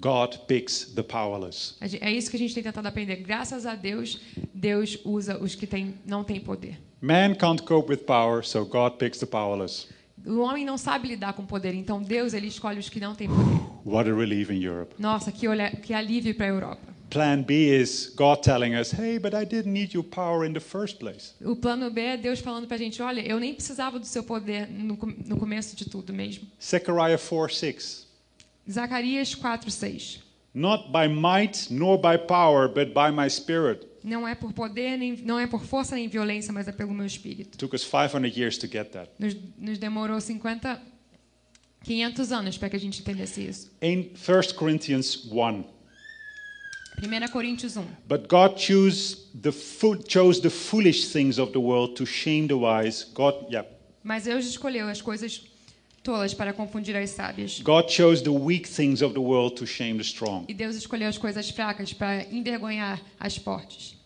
Speaker 2: God picks the powerless.
Speaker 3: A gen- É isso que a gente tem tentado aprender. Graças a Deus, Deus usa os que tem, não têm poder.
Speaker 2: Man can't cope with power, so God picks the powerless.
Speaker 3: O homem não sabe lidar com o poder, então Deus ele escolhe os que não têm poder.
Speaker 2: What a relief in Europe.
Speaker 3: Nossa, que, olha, que alívio para a Europa.
Speaker 2: Plan B is God telling us, hey, but I didn't need your power in the first place.
Speaker 3: O plano B é Deus falando para a gente: olha, eu nem precisava do seu poder no, com- no começo de tudo mesmo.
Speaker 2: Zechariah 4 6.
Speaker 3: Zacarias 4, 6.
Speaker 2: Not by might nor by power, but by my spirit.
Speaker 3: Não é por poder, nem, não é por força nem violência, mas é pelo meu espírito.
Speaker 2: took us 500 years to get that.
Speaker 3: Nos, nos demorou 50, 500 anos para que a gente entendesse isso.
Speaker 2: In 1 Corinthians 1.
Speaker 3: 1 Coríntios 1.
Speaker 2: But God chose the, fo- chose the foolish things of the world to shame the wise. God, yeah.
Speaker 3: Mas Deus escolheu as coisas tolas para confundir as sábias.
Speaker 2: God chose the weak things of the world to shame the strong.
Speaker 3: E Deus escolheu as coisas fracas para envergonhar as fortes.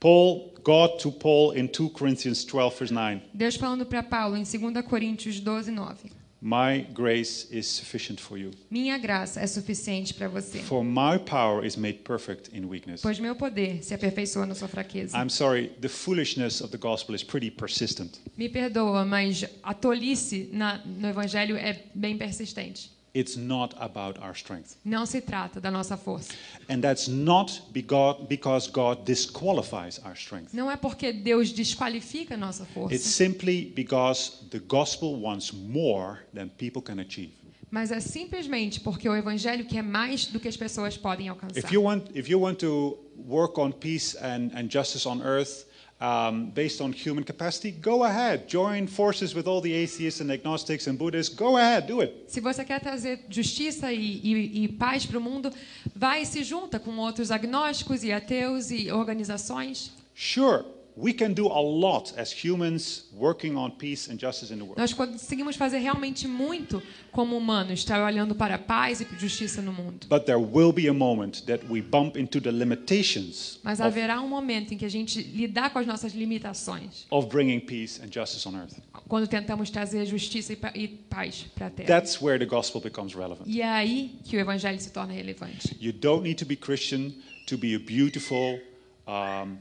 Speaker 2: Paul, God to Paul in 2 Corinthians 12, verse 9.
Speaker 3: Deus falando para Paulo em 2 Coríntios 12, 9.
Speaker 2: My grace is sufficient for you,
Speaker 3: Minha graça é suficiente para você,
Speaker 2: for my power is made perfect in weakness.
Speaker 3: pois meu poder se aperfeiçoa na sua fraqueza.
Speaker 2: I'm sorry, the foolishness of the gospel is pretty persistent.
Speaker 3: Me perdoa, mas a tolice na, no Evangelho é bem persistente.
Speaker 2: It's not about our strength.
Speaker 3: Não se trata da nossa força.
Speaker 2: And that's not bego- because God disqualifies our strength.
Speaker 3: Não é porque Deus desqualifica a nossa
Speaker 2: It's
Speaker 3: força,
Speaker 2: simply because the gospel wants more than people can achieve.
Speaker 3: mas é simplesmente porque o Evangelho quer mais do que as pessoas podem alcançar.
Speaker 2: If you want, if you want to work on peace and, and justice on earth um, based on human capacity, go ahead. Join forces with all the atheists and agnostics and Buddhists. Go ahead, do it.
Speaker 3: Se você quer trazer justiça e, e- e paz para o mundo, vai e se junta com outros agnósticos e ateus e organizações.
Speaker 2: Sure, we can do a lot as humans working on peace and justice in the world.
Speaker 3: Nós conseguimos fazer realmente muito como humanos, trabalhando para a paz e para a justiça no mundo.
Speaker 2: But there will be a moment that we bump into the limitations
Speaker 3: Mas
Speaker 2: of
Speaker 3: haverá um momento em que a gente lidar com as nossas limitações
Speaker 2: of bringing peace and justice on earth.
Speaker 3: quando tentamos trazer justiça e, pa- e paz para a Terra.
Speaker 2: That's where the gospel becomes relevant.
Speaker 3: E é aí que o Evangelho se torna relevante.
Speaker 2: You don't need to be Christian to be a beautiful um,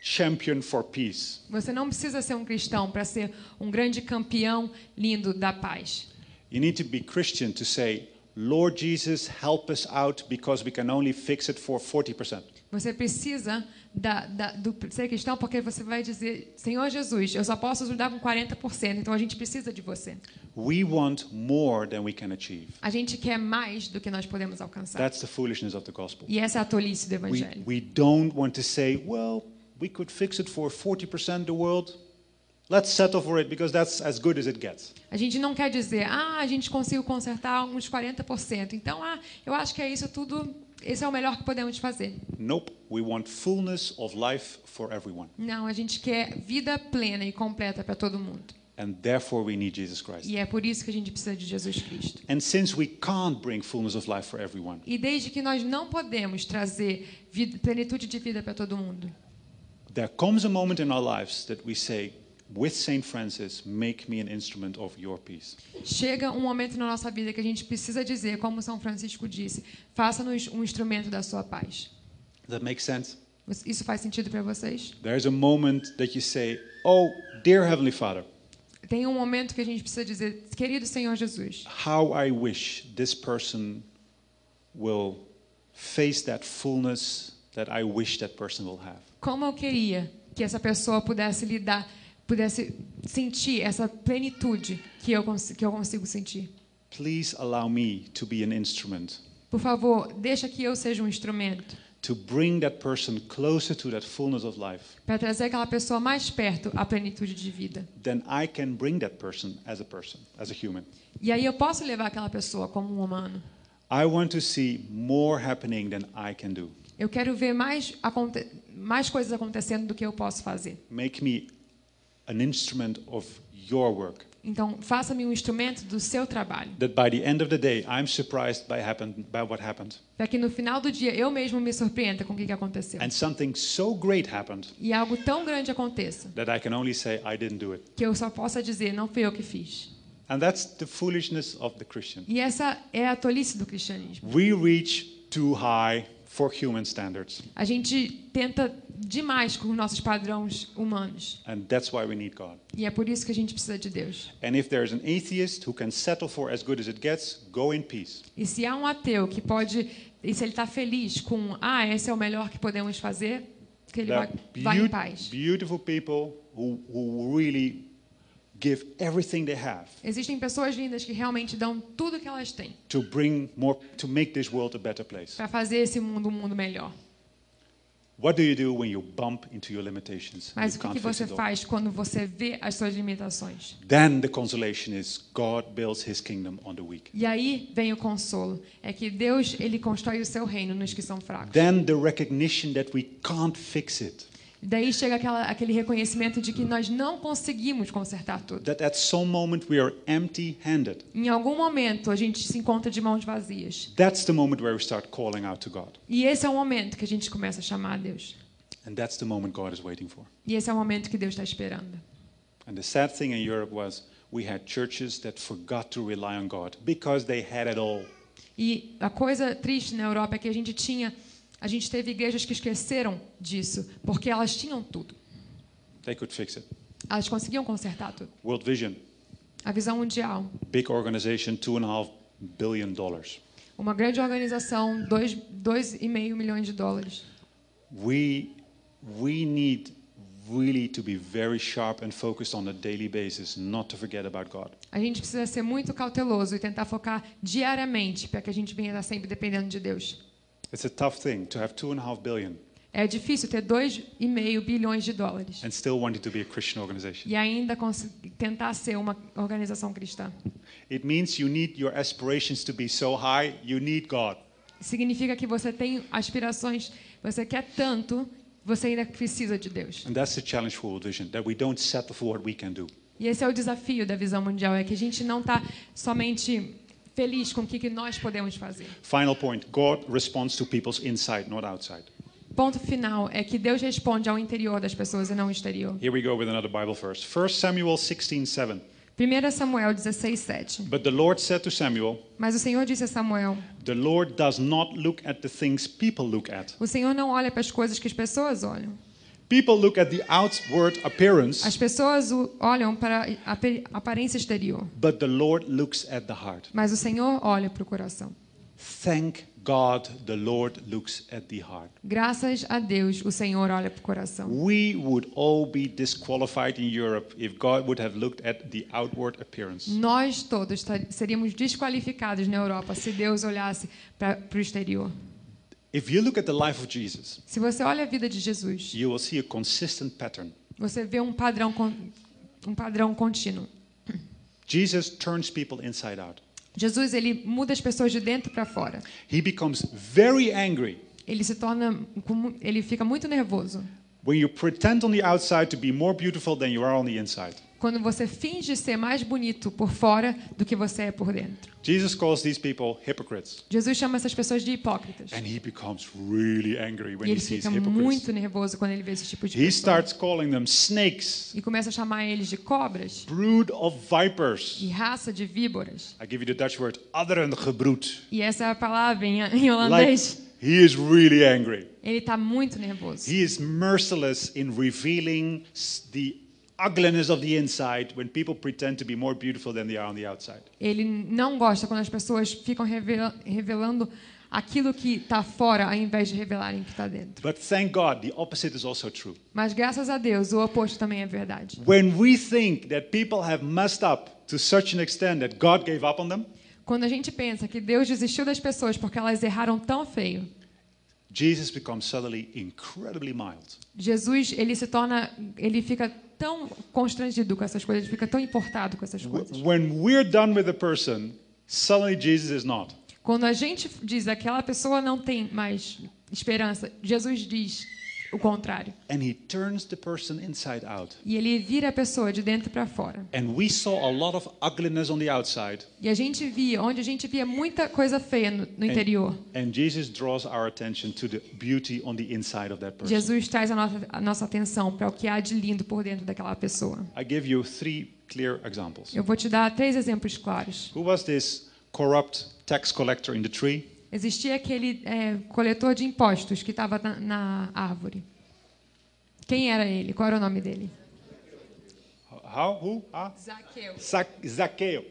Speaker 2: champion for peace.
Speaker 3: Você não precisa ser um cristão para ser um grande campeão lindo da paz.
Speaker 2: You need to be Christian to say, Lord Jesus, help us out because we can only fix it for 40%.
Speaker 3: Você precisa da, da, do, ser cristão porque você vai dizer: Senhor Jesus, eu só posso ajudar com 40%, então a gente precisa de você.
Speaker 2: We want more than we can achieve.
Speaker 3: A gente quer mais do que nós podemos alcançar.
Speaker 2: That's the foolishness of the gospel.
Speaker 3: E essa é a tolice do
Speaker 2: We,
Speaker 3: Evangelho.
Speaker 2: we don't want to say, well, we could fix it for 40% the world. Let's settle for it because that's as good as it gets.
Speaker 3: A gente não quer dizer, ah, a gente conseguiu consertar uns 40%. Então, ah, eu acho que é isso tudo, esse é o melhor que podemos fazer.
Speaker 2: Nope, we want fullness of life for everyone.
Speaker 3: Não, a gente quer vida plena e completa para todo mundo.
Speaker 2: And therefore, we need Jesus Christ.
Speaker 3: E é por isso que a gente precisa de Jesus Cristo.
Speaker 2: And since we can't bring fullness of life for everyone,
Speaker 3: E desde que nós não podemos trazer vida, plenitude de vida para todo mundo,
Speaker 2: there comes a moment in our lives that we say, with St. Francis, make me an instrument of your peace.
Speaker 3: chega um momento na nossa vida que a gente precisa dizer, como São Francisco disse, faça-nos um instrumento da sua paz.
Speaker 2: That makes sense?
Speaker 3: Isso faz sentido para vocês?
Speaker 2: There's a moment that you say, Oh, dear Heavenly Father,
Speaker 3: Tem um momento que a gente precisa dizer, querido Senhor Jesus,
Speaker 2: how I wish this person will face that fullness that I wish that person will have.
Speaker 3: Como eu queria que essa pessoa pudesse lidar, pudesse sentir essa plenitude que eu, cons- que eu consigo sentir.
Speaker 2: Please allow me to be an instrument
Speaker 3: Por favor, deixa que eu seja um instrumento
Speaker 2: to bring that person closer to that fullness of life.
Speaker 3: para trazer aquela pessoa mais perto à plenitude de vida.
Speaker 2: Then I can bring that person as a person, as a human.
Speaker 3: E aí eu posso levar aquela pessoa como um humano.
Speaker 2: I want to see more happening than I can do.
Speaker 3: Eu quero ver mais, aconte- mais coisas acontecendo do que eu posso fazer.
Speaker 2: Make me an instrument of your work.
Speaker 3: Então, faça-me um instrumento do seu trabalho,
Speaker 2: That by the end of the day, I'm surprised by, happen, by what happened.
Speaker 3: para que no final do dia eu mesmo me surpreenda com o que que aconteceu.
Speaker 2: And something so great happened
Speaker 3: E algo tão grande aconteça
Speaker 2: that I can only say, I didn't do it.
Speaker 3: que eu só possa dizer, não fui eu que fiz.
Speaker 2: And that's the foolishness of the Christian.
Speaker 3: E essa é a tolice do cristianismo.
Speaker 2: We reach too high for human standards.
Speaker 3: A gente tenta demais com os nossos padrões humanos.
Speaker 2: And that's why we need God.
Speaker 3: E é por isso que a gente precisa de Deus.
Speaker 2: And if there's an atheist who can settle for as good as it gets, go in peace.
Speaker 3: E se há um ateu que pode. E se ele está feliz com. Ah, esse é o melhor que podemos fazer, que ele
Speaker 2: There
Speaker 3: vai,
Speaker 2: are
Speaker 3: vai em
Speaker 2: beau-
Speaker 3: paz.
Speaker 2: beautiful people who, who really give everything they have
Speaker 3: Existem pessoas lindas que realmente dão tudo que elas têm
Speaker 2: to bring more to make this world a better place.
Speaker 3: para fazer esse mundo um mundo melhor.
Speaker 2: What do you do when you bump into your limitations? and
Speaker 3: Mas
Speaker 2: you
Speaker 3: o que, que
Speaker 2: can't fix
Speaker 3: você
Speaker 2: it all?
Speaker 3: faz quando você vê as suas limitações?
Speaker 2: Then the consolation is God builds his kingdom on the weak.
Speaker 3: E aí vem o consolo, é que Deus ele constrói o seu reino nos que são fracos.
Speaker 2: Then the recognition that we can't fix it,
Speaker 3: Daí chega aquela, aquele reconhecimento de que nós não conseguimos consertar tudo.
Speaker 2: that at some moment we are empty handed.
Speaker 3: Em algum momento a gente se encontra de mãos vazias.
Speaker 2: That's the moment where we start calling out to God.
Speaker 3: E esse é o momento que a gente começa a chamar a Deus.
Speaker 2: And that's the moment God is waiting for.
Speaker 3: E esse é o momento que Deus está esperando.
Speaker 2: And the sad thing in Europe was we had churches that forgot to rely on God because they had it all.
Speaker 3: E a coisa triste na Europa é que a gente tinha, a gente teve igrejas que esqueceram disso, porque elas tinham tudo.
Speaker 2: They could fix it.
Speaker 3: Elas conseguiam consertar tudo.
Speaker 2: World Vision,
Speaker 3: A visão mundial,
Speaker 2: big organization, two and a half billion dollars.
Speaker 3: uma grande organização, 2,5 milhões de dólares.
Speaker 2: We, we need really to be very sharp and focused on a daily basis, not to forget about God.
Speaker 3: A gente precisa ser muito cauteloso e tentar focar diariamente para que a gente venha estar sempre dependendo de Deus.
Speaker 2: It's a tough thing to have two and a half billion
Speaker 3: É difícil ter 2,5 bilhões de dólares
Speaker 2: and still wanting to be a Christian organization.
Speaker 3: e ainda conseguir tentar ser uma organização cristã.
Speaker 2: It means you need your aspirations to be so high, you need God.
Speaker 3: Significa que você tem aspirações, você quer tanto, você ainda precisa de Deus.
Speaker 2: And that's the challenge for World Vision, that we don't settle for what we can do.
Speaker 3: E esse é o desafio da visão mundial, é que a gente não está somente feliz com o que, que nós podemos fazer.
Speaker 2: Final point God responds to people's inside, not outside.
Speaker 3: Ponto final é que Deus responde ao interior das pessoas e não ao exterior.
Speaker 2: Here we go with another Bible verse. 1 Samuel 16:7.
Speaker 3: 1 Samuel 16, 7.
Speaker 2: But the Lord said to Samuel,
Speaker 3: Mas o Senhor disse a Samuel,
Speaker 2: The Lord does not look at the things people look at.
Speaker 3: o Senhor não olha para as coisas que as pessoas olham.
Speaker 2: People look at the outward
Speaker 3: As
Speaker 2: appearance,
Speaker 3: pessoas o- olham para a ape- aparência exterior,
Speaker 2: but the Lord looks at the heart.
Speaker 3: mas o Senhor olha para o coração.
Speaker 2: Thank God the Lord looks at the heart.
Speaker 3: Graças a Deus, o Senhor olha para o coração.
Speaker 2: We would all be disqualified in Europe if God would have looked at the outward appearance.
Speaker 3: Nós todos tar- seríamos desqualificados na Europa se Deus olhasse para o exterior.
Speaker 2: If you look at the life of Jesus,
Speaker 3: Se você olha a vida de Jesus,
Speaker 2: you will see a consistent pattern.
Speaker 3: você vê um padrão con- um padrão contínuo.
Speaker 2: Jesus turns people inside out.
Speaker 3: Jesus ele muda as pessoas de dentro para fora.
Speaker 2: He becomes very angry
Speaker 3: Ele se torna com mu- ele fica muito nervoso
Speaker 2: when you pretend on the outside to be more beautiful than you are on the inside.
Speaker 3: quando você finge ser mais bonito por fora do que você é por dentro.
Speaker 2: Jesus calls these people hypocrites,
Speaker 3: Jesus chama essas pessoas de hipócritas.
Speaker 2: and he becomes really angry when
Speaker 3: E
Speaker 2: he
Speaker 3: ele
Speaker 2: sees
Speaker 3: fica
Speaker 2: hypocrites.
Speaker 3: muito nervoso quando ele vê esse tipo de
Speaker 2: He
Speaker 3: pessoa.
Speaker 2: starts calling them snakes,
Speaker 3: E começa a chamar eles de cobras
Speaker 2: brood of vipers.
Speaker 3: e raça de víboras.
Speaker 2: I give you the Dutch word "adderengebroed."
Speaker 3: E essa é a palavra em, em
Speaker 2: Like
Speaker 3: holandês.
Speaker 2: he is really angry.
Speaker 3: Ele está muito nervoso.
Speaker 2: He is merciless in revealing s- the ugliness of the inside when people pretend to be more beautiful than they are on the outside.
Speaker 3: Ele não gosta quando as pessoas ficam revela- revelando aquilo que está fora, ao invés de revelarem o que está dentro.
Speaker 2: But thank God, the opposite is also true.
Speaker 3: Mas graças a Deus, o oposto também é verdade.
Speaker 2: When we think that people have messed up to such an extent that God gave up on them,
Speaker 3: Quando a gente pensa que Deus desistiu das pessoas porque elas erraram tão feio,
Speaker 2: Jesus becomes suddenly incredibly mild.
Speaker 3: Jesus ele se torna, ele fica tão constrangido com essas coisas, ele fica tão importado com essas coisas.
Speaker 2: When we're done with a person, suddenly Jesus is not.
Speaker 3: Quando a gente diz aquela pessoa não tem mais esperança, Jesus diz o contrário.
Speaker 2: And he turns the person inside out.
Speaker 3: E ele vira a pessoa de dentro para fora.
Speaker 2: And we saw a lot of ugliness on the outside.
Speaker 3: E a gente via, onde a gente via muita coisa feia no, no interior.
Speaker 2: And Jesus draws our attention to the beauty on the inside of that person.
Speaker 3: Jesus traz a nossa, a nossa atenção para o que há de lindo por dentro daquela pessoa.
Speaker 2: I give you three clear examples.
Speaker 3: Eu vou te dar três exemplos claros.
Speaker 2: Who was this corrupt tax collector in the tree?
Speaker 3: Existia aquele é, coletor de impostos que estava na, na árvore. Quem era ele? Qual era o nome dele?
Speaker 2: How? Who? Ah?
Speaker 3: Zaqueu.
Speaker 2: Zac- Zaccheo.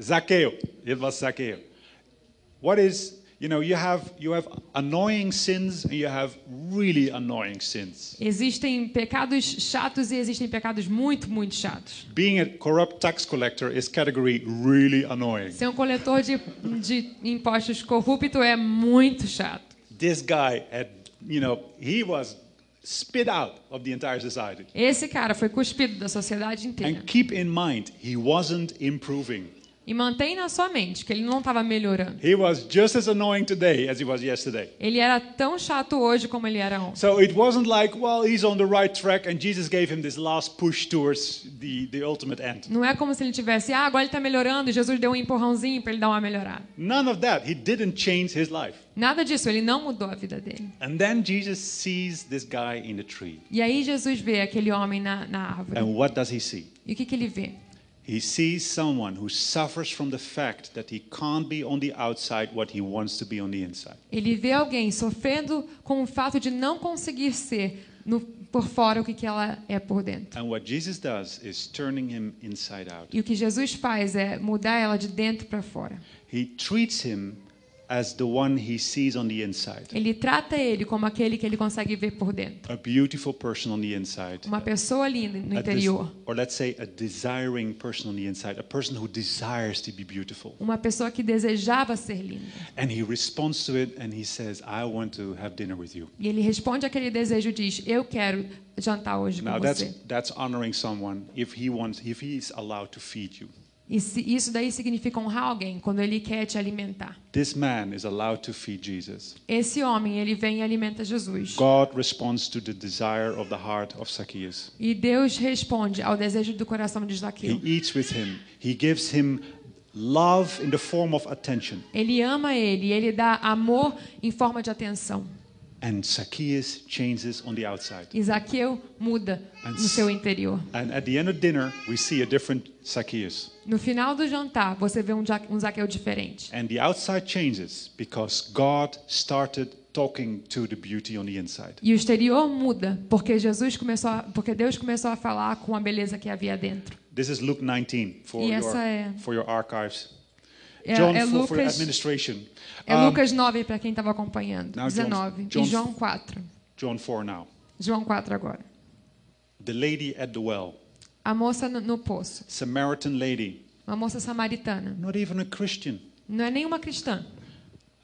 Speaker 2: Zaccheo. It was Zaccheo. What is you know you have you have annoying sins and you have really annoying sins.
Speaker 3: Existem pecados chatos e existem pecados muito, muito chatos.
Speaker 2: Being a corrupt tax collector is category really annoying.
Speaker 3: Ser um coletor de, de impostos corrupto é muito chato.
Speaker 2: This guy had you know he was spit out of the entire society.
Speaker 3: Esse cara foi cuspido da sociedade inteira.
Speaker 2: And keep in mind he wasn't improving.
Speaker 3: E mantém na sua mente que ele não estava melhorando.
Speaker 2: He was just as annoying today as he was yesterday.
Speaker 3: Ele era tão chato hoje como ele era ontem.
Speaker 2: So it wasn't like, well, he's on the right track and Jesus gave him this last push towards the, the ultimate end.
Speaker 3: Não é como se ele tivesse, ah, agora ele está melhorando, e Jesus deu um empurrãozinho para ele dar uma melhorada.
Speaker 2: None of that. He didn't change his life.
Speaker 3: Nada disso, ele não mudou a vida dele.
Speaker 2: And then Jesus sees this guy in the tree.
Speaker 3: E aí Jesus vê aquele homem na, na árvore.
Speaker 2: And what does he see?
Speaker 3: E o que, que ele vê?
Speaker 2: He sees someone who suffers from the fact that he can't be on the outside what he wants to be on the inside.
Speaker 3: Ele vê alguém sofrendo com o fato de não conseguir ser no, por fora o que, que ela é por dentro.
Speaker 2: And what Jesus does is turning him inside out.
Speaker 3: E o que Jesus faz é mudar ela de dentro para fora.
Speaker 2: He treats him as the one he sees on the inside
Speaker 3: Ele trata ele como aquele que ele consegue ver por dentro.
Speaker 2: a beautiful person on the inside.
Speaker 3: Uma pessoa linda no
Speaker 2: a des-
Speaker 3: interior.
Speaker 2: or let's say a desiring person on the inside, a person who desires to be beautiful.
Speaker 3: Uma pessoa que desejava ser linda.
Speaker 2: And he responds to it and he says, I want to have dinner with you.
Speaker 3: E ele responde aquele desejo e diz: Eu quero jantar hoje com
Speaker 2: Now that's
Speaker 3: você.
Speaker 2: that's honoring someone if he wants if he is allowed to feed you.
Speaker 3: E se- isso daí significa honrar alguém quando ele quer te alimentar.
Speaker 2: This man is allowed to feed Jesus.
Speaker 3: Esse homem, ele vem e alimenta Jesus.
Speaker 2: God responds to the desire of the heart of Zacchaeus.
Speaker 3: E Deus responde ao desejo do coração de
Speaker 2: He
Speaker 3: Zaqueu.
Speaker 2: eats with him. He gives him love in the form of attention.
Speaker 3: Ele ama ele, e ele dá amor em forma de atenção.
Speaker 2: And Zacchaeus changes on the outside.
Speaker 3: E Zaqueu muda
Speaker 2: And
Speaker 3: no
Speaker 2: s-
Speaker 3: seu interior.
Speaker 2: And at the end of dinner, we see a different Zacchaeus.
Speaker 3: No final do jantar, você vê um Ja- um Zaqueu diferente.
Speaker 2: And the outside changes because God started talking to the beauty on the inside.
Speaker 3: E o exterior muda, porque Jesus começou, a, porque Deus começou a falar com a beleza que havia dentro.
Speaker 2: This is Luke 19 for,
Speaker 3: E
Speaker 2: your,
Speaker 3: essa é-
Speaker 2: for your archives.
Speaker 3: É,
Speaker 2: John
Speaker 3: é
Speaker 2: 4 for your
Speaker 3: Lucas-
Speaker 2: administration.
Speaker 3: É
Speaker 2: Um,
Speaker 3: Lucas 9 para quem estava acompanhando.
Speaker 2: Now John-
Speaker 3: 19.
Speaker 2: John-
Speaker 3: E João 4.
Speaker 2: Um, John 4 now.
Speaker 3: João 4 agora.
Speaker 2: The lady at the well,
Speaker 3: A moça no, no poço,
Speaker 2: Samaritan lady,
Speaker 3: uma moça samaritana,
Speaker 2: not even a Christian,
Speaker 3: não é nenhuma cristã.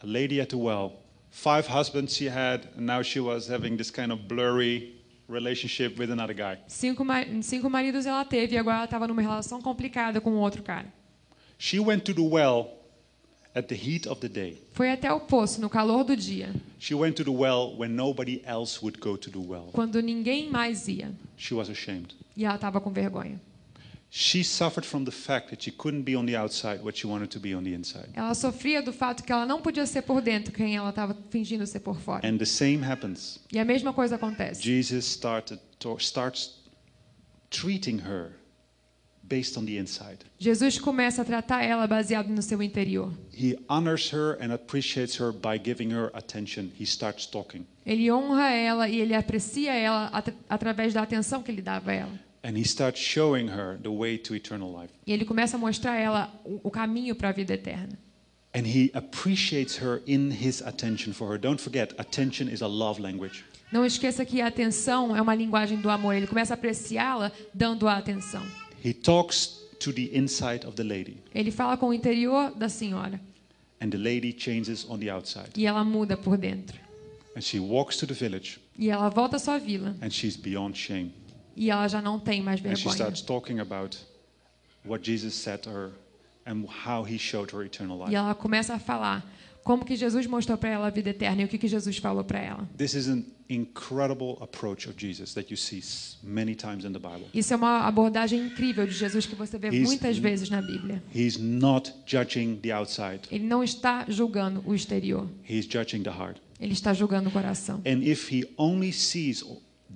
Speaker 2: a lady at the well. Five husbands she had, and now she was having this kind of blurry relationship with another guy.
Speaker 3: Cinco, ma- cinco maridos ela teve e agora ela estava numa relação complicada com outro cara.
Speaker 2: She went to the well at the heat of the day.
Speaker 3: Foi até o poço no calor do dia,
Speaker 2: She went to the well when nobody else would go to the well.
Speaker 3: quando ninguém mais ia,
Speaker 2: She was ashamed.
Speaker 3: e ela estava com vergonha.
Speaker 2: She suffered from the fact that she couldn't be on the outside what she wanted to be on the inside.
Speaker 3: Ela sofria do fato que ela não podia ser por dentro quem ela estava fingindo ser por fora.
Speaker 2: And the same happens.
Speaker 3: E a mesma coisa acontece.
Speaker 2: Jesus started to, starts treating her based on the inside.
Speaker 3: Jesus começa a tratar ela baseado no seu interior.
Speaker 2: He honors her and appreciates her by giving her attention. He starts talking.
Speaker 3: Ele honra ela e ele aprecia ela at através da atenção que ele dava a ela.
Speaker 2: And he starts showing her the way to eternal life.
Speaker 3: E ele começa a mostrar a ela o o caminho para a vida eterna.
Speaker 2: And he appreciates her in his attention for her. Don't forget, attention is a love language.
Speaker 3: Não esqueça que a atenção é uma linguagem do amor. Ele começa a apreciá-la dando a atenção.
Speaker 2: He talks to the inside of the lady,
Speaker 3: Ele fala com o interior da senhora
Speaker 2: and the lady changes on the outside.
Speaker 3: e ela muda por dentro.
Speaker 2: And she walks to the village,
Speaker 3: E ela volta à sua vila
Speaker 2: and she's beyond shame.
Speaker 3: e ela já não tem mais
Speaker 2: And she
Speaker 3: vergonha.
Speaker 2: starts talking about what Jesus said to her and how he showed her eternal
Speaker 3: E
Speaker 2: life.
Speaker 3: ela começa a falar como que Jesus mostrou para ela a vida eterna e o que que Jesus falou para ela.
Speaker 2: This is an incredible approach of Jesus that you see s- many times in the Bible.
Speaker 3: Isso é uma abordagem incrível de Jesus que você vê
Speaker 2: Isso.
Speaker 3: muitas vezes na Bíblia.
Speaker 2: He's not judging the outside,
Speaker 3: Ele não está julgando o exterior,
Speaker 2: he's judging the heart.
Speaker 3: ele está julgando o coração.
Speaker 2: And if he only sees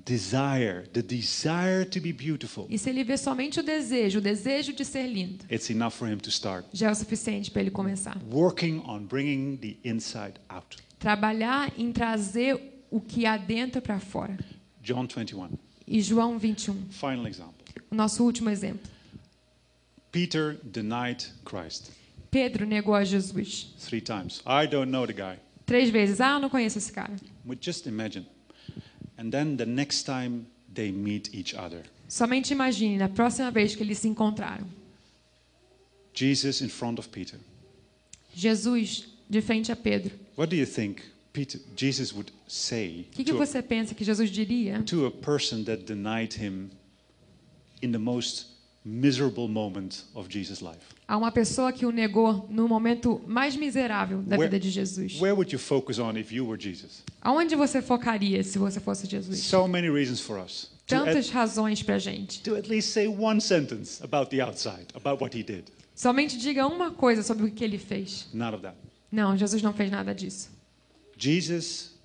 Speaker 2: desire, the desire to be beautiful,
Speaker 3: E se ele vê somente o desejo, o desejo de ser lindo,
Speaker 2: it's enough for him to start
Speaker 3: já é o suficiente para ele começar.
Speaker 2: working on bringing the inside out.
Speaker 3: Trabalhar em trazer o que há dentro para fora.
Speaker 2: John 21,
Speaker 3: E João 21,
Speaker 2: final example.
Speaker 3: o nosso último exemplo.
Speaker 2: Peter denied Christ
Speaker 3: Pedro negou a Jesus
Speaker 2: three times. I don't know the guy.
Speaker 3: três vezes. Ah, eu não conheço esse cara.
Speaker 2: But just imagine. And then the next time they meet each other,
Speaker 3: Somente imagine, na próxima vez que eles se encontraram,
Speaker 2: Jesus in front of Peter.
Speaker 3: Jesus de frente a Pedro.
Speaker 2: What do you think Peter, Jesus would say
Speaker 3: O que, que
Speaker 2: to,
Speaker 3: você pensa que Jesus diria
Speaker 2: a, to a person that denied him in the most miserable moment of Jesus' life?
Speaker 3: a uma pessoa que o negou no momento mais miserável da vida de Jesus?
Speaker 2: where would you focus on if you were Jesus?
Speaker 3: Aonde você focaria se você fosse Jesus?
Speaker 2: So many reasons for us to at-
Speaker 3: Tantas razões pra gente.
Speaker 2: to at least say one sentence about the outside, about what he did.
Speaker 3: Somente diga uma coisa sobre o que ele fez.
Speaker 2: None of that.
Speaker 3: Não, Jesus não fez nada disso.
Speaker 2: Jesus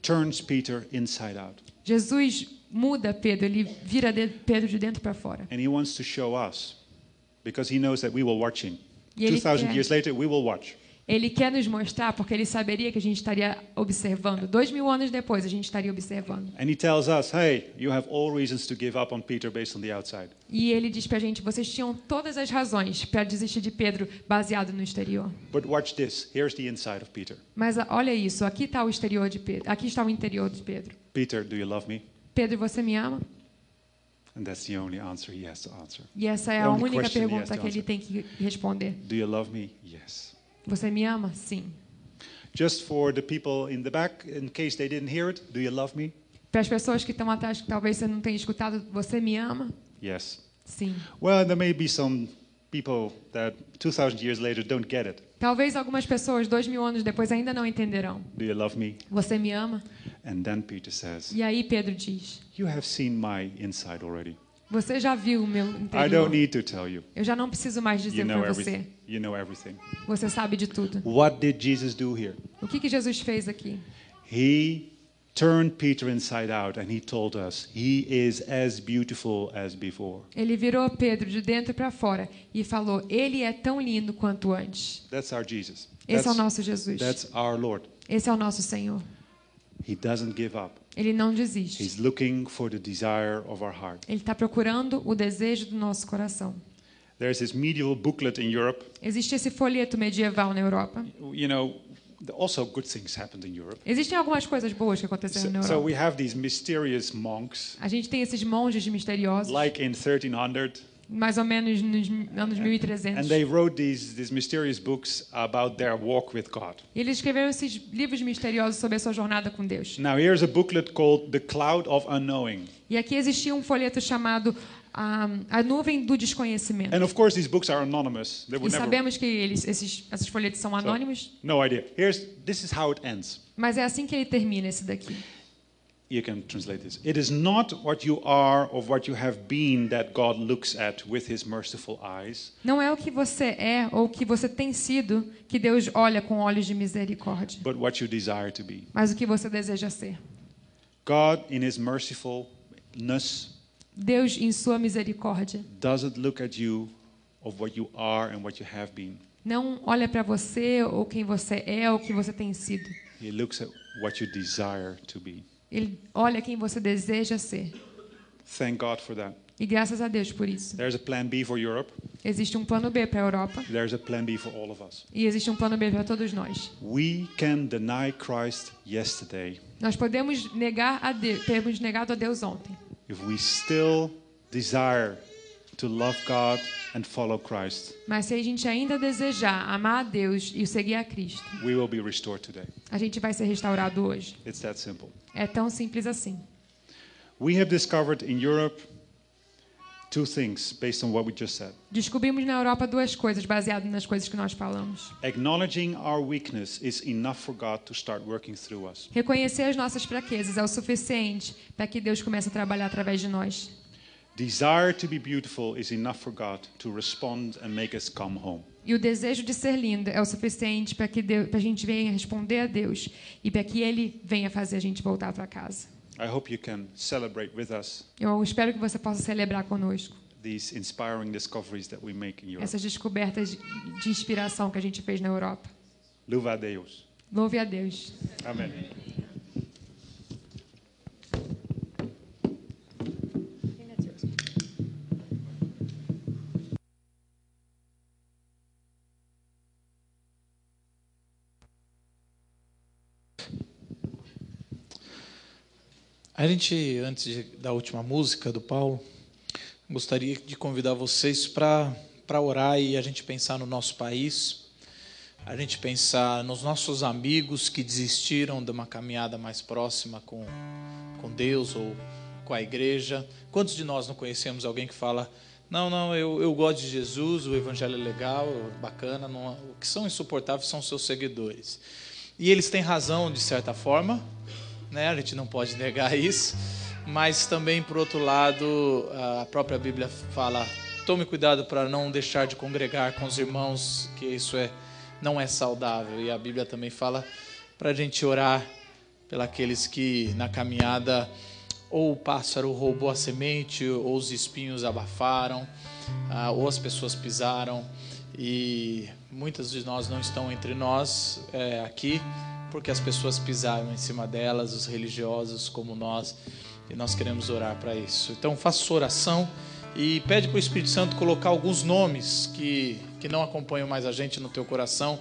Speaker 2: turns Peter inside out.
Speaker 3: Jesus muda Pedro, ele vira de- Pedro de dentro para fora.
Speaker 2: And he wants to show us because he knows that we will watch him.
Speaker 3: Yeah,
Speaker 2: 2,000
Speaker 3: yeah.
Speaker 2: years later, we will watch.
Speaker 3: Ele quer nos mostrar porque ele saberia que a gente estaria observando. Dois mil anos depois, a gente estaria observando.
Speaker 2: And he tells us, hey, you have all reasons to give up on Peter based on the outside.
Speaker 3: E ele diz para a gente: vocês tinham todas as razões para desistir de Pedro baseado no exterior.
Speaker 2: But watch this. Here's the inside of Peter.
Speaker 3: Mas a- olha isso, aqui está o exterior de Pedro. Aqui está o interior de Pedro.
Speaker 2: Peter, do you love me?
Speaker 3: Pedro, você me ama?
Speaker 2: And that's the only answer he has to answer.
Speaker 3: E essa é a
Speaker 2: The only
Speaker 3: única
Speaker 2: question he has
Speaker 3: pergunta
Speaker 2: to
Speaker 3: que ele
Speaker 2: answer.
Speaker 3: tem que responder.
Speaker 2: Do you love me? Yes.
Speaker 3: Você me ama? Sim.
Speaker 2: Just for the people in the back, in case they didn't hear it, do you love me?
Speaker 3: Para as pessoas que estão atrás, que talvez você não tenha escutado, você me ama?
Speaker 2: Yes.
Speaker 3: Sim.
Speaker 2: Well, there may be some people that 2,000 years later don't get it.
Speaker 3: Talvez algumas pessoas, dois mil anos depois, ainda não entenderão.
Speaker 2: Do you love me?
Speaker 3: Você me ama?
Speaker 2: And then Peter says,
Speaker 3: E aí Pedro diz:
Speaker 2: You have seen my inside already.
Speaker 3: Você já viu o meu
Speaker 2: I don't
Speaker 3: interior?
Speaker 2: need to tell you.
Speaker 3: Eu já não preciso mais
Speaker 2: You
Speaker 3: dizer
Speaker 2: know
Speaker 3: para você.
Speaker 2: everything. You know everything.
Speaker 3: Você sabe de tudo.
Speaker 2: What did Jesus do here?
Speaker 3: O que, que Jesus fez aqui?
Speaker 2: He turned Peter inside out and he told us he is as beautiful as before.
Speaker 3: Ele virou Pedro de dentro para fora e falou: Ele é tão lindo quanto antes.
Speaker 2: That's our Jesus.
Speaker 3: Esse é o
Speaker 2: That's-
Speaker 3: nosso Jesus.
Speaker 2: that's our Lord.
Speaker 3: Esse é o nosso Senhor.
Speaker 2: He doesn't give up.
Speaker 3: Ele não desiste.
Speaker 2: He's looking for the desire of our heart.
Speaker 3: Ele está procurando o desejo do nosso coração.
Speaker 2: There's this medieval booklet in Europe.
Speaker 3: Existe esse folheto medieval na Europa.
Speaker 2: You know, also good things happened in Europe.
Speaker 3: Existem algumas coisas boas que aconteceram na
Speaker 2: So,
Speaker 3: Europa.
Speaker 2: so we have these mysterious monks,
Speaker 3: A gente tem esses monges misteriosos,
Speaker 2: like in 1300,
Speaker 3: mais ou menos nos anos
Speaker 2: and
Speaker 3: 1300.
Speaker 2: they wrote these, these mysterious books about their walk with God.
Speaker 3: E Eles escreveram esses livros misteriosos sobre a sua jornada com Deus.
Speaker 2: Now, here's a booklet called The Cloud of Unknowing.
Speaker 3: E aqui existia um folheto chamado ah, A Nuvem do Desconhecimento.
Speaker 2: And of course, these books are anonymous. They were
Speaker 3: E
Speaker 2: never.
Speaker 3: sabemos que eles, esses, esses folhetos são anônimos,
Speaker 2: No idea. Here's, this is how it ends.
Speaker 3: mas é assim que ele termina esse daqui.
Speaker 2: You can translate this. It is not what you are or what you have been that God looks at with his merciful eyes,
Speaker 3: Não é o que você é ou o que você tem sido que Deus olha com olhos de misericórdia,
Speaker 2: but what you desire to be.
Speaker 3: mas o que você deseja ser.
Speaker 2: God, in his mercifulness,
Speaker 3: Deus, em sua misericórdia,
Speaker 2: doesn't look at you of what you are and what you have been.
Speaker 3: não olha para você ou quem você é ou o que você tem sido.
Speaker 2: He looks at what you desire to be.
Speaker 3: Ele olha quem você deseja ser.
Speaker 2: Thank God for that.
Speaker 3: E E graças a Deus por isso.
Speaker 2: There's a plan B for Europe.
Speaker 3: Existe um plano B para a Europa
Speaker 2: There's a plan B for all of us.
Speaker 3: e existe um plano B para todos nós.
Speaker 2: We can deny Christ yesterday
Speaker 3: Nós podemos negar a Deus, termos negado a Deus ontem,
Speaker 2: if we still desire to love God and follow Christ.
Speaker 3: mas se a gente ainda desejar amar a Deus e seguir a Cristo,
Speaker 2: We will be restored today.
Speaker 3: a gente vai ser restaurado hoje.
Speaker 2: It's that simple.
Speaker 3: É tão simples assim.
Speaker 2: We have discovered in Europe two things based on what we just said.
Speaker 3: Descobrimos na Europa duas coisas baseadas nas coisas que nós falamos.
Speaker 2: Acknowledging our weakness is enough for God to start working through us.
Speaker 3: Reconhecer as nossas fraquezas é o suficiente para que Deus comece a trabalhar através de nós.
Speaker 2: Desire to be beautiful is enough for God to respond and make us come home.
Speaker 3: E o desejo de ser lindo é o suficiente para que Deu- pra gente venha responder a Deus e para que Ele venha fazer a gente voltar para casa.
Speaker 2: I hope you can celebrate with us
Speaker 3: Eu espero que você possa celebrar conosco
Speaker 2: these inspiring discoveries that we make in Europe.
Speaker 3: essas descobertas de de inspiração que a gente fez na Europa.
Speaker 2: Louva a Deus.
Speaker 3: Louve a Deus.
Speaker 2: Amen.
Speaker 1: A gente, antes de- da última música do Paulo, gostaria de convidar vocês para orar e a gente pensar no nosso país, a gente pensar nos nossos amigos que desistiram de uma caminhada mais próxima com, com Deus ou com a igreja. Quantos de nós não conhecemos alguém que fala: Não, não, eu, eu gosto de Jesus, o evangelho é legal, é bacana, não- o que são insuportáveis são os seus seguidores. E eles têm razão, de certa forma né? A gente não pode negar isso, mas também por outro lado, a própria Bíblia fala: tome cuidado para não deixar de congregar com os irmãos, que isso é não é saudável. E a Bíblia também fala para a gente orar pelaqueles que na caminhada ou o pássaro roubou a semente, ou os espinhos abafaram, ah, ou as pessoas pisaram. E muitas de nós não estão entre nós eh, aqui porque as pessoas pisaram em cima delas, os religiosos como nós, e nós queremos orar para isso. Então faça sua oração e pede para o Espírito Santo colocar alguns nomes que, que não acompanham mais a gente no teu coração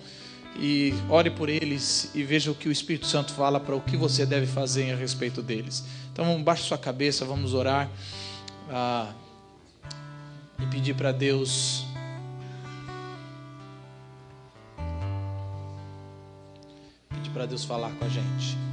Speaker 1: e ore por eles e veja o que o Espírito Santo fala para o que você deve fazer a respeito deles. Então, baixe sua cabeça, vamos orar ah, e pedir para Deus. Pedir para Deus falar com a gente.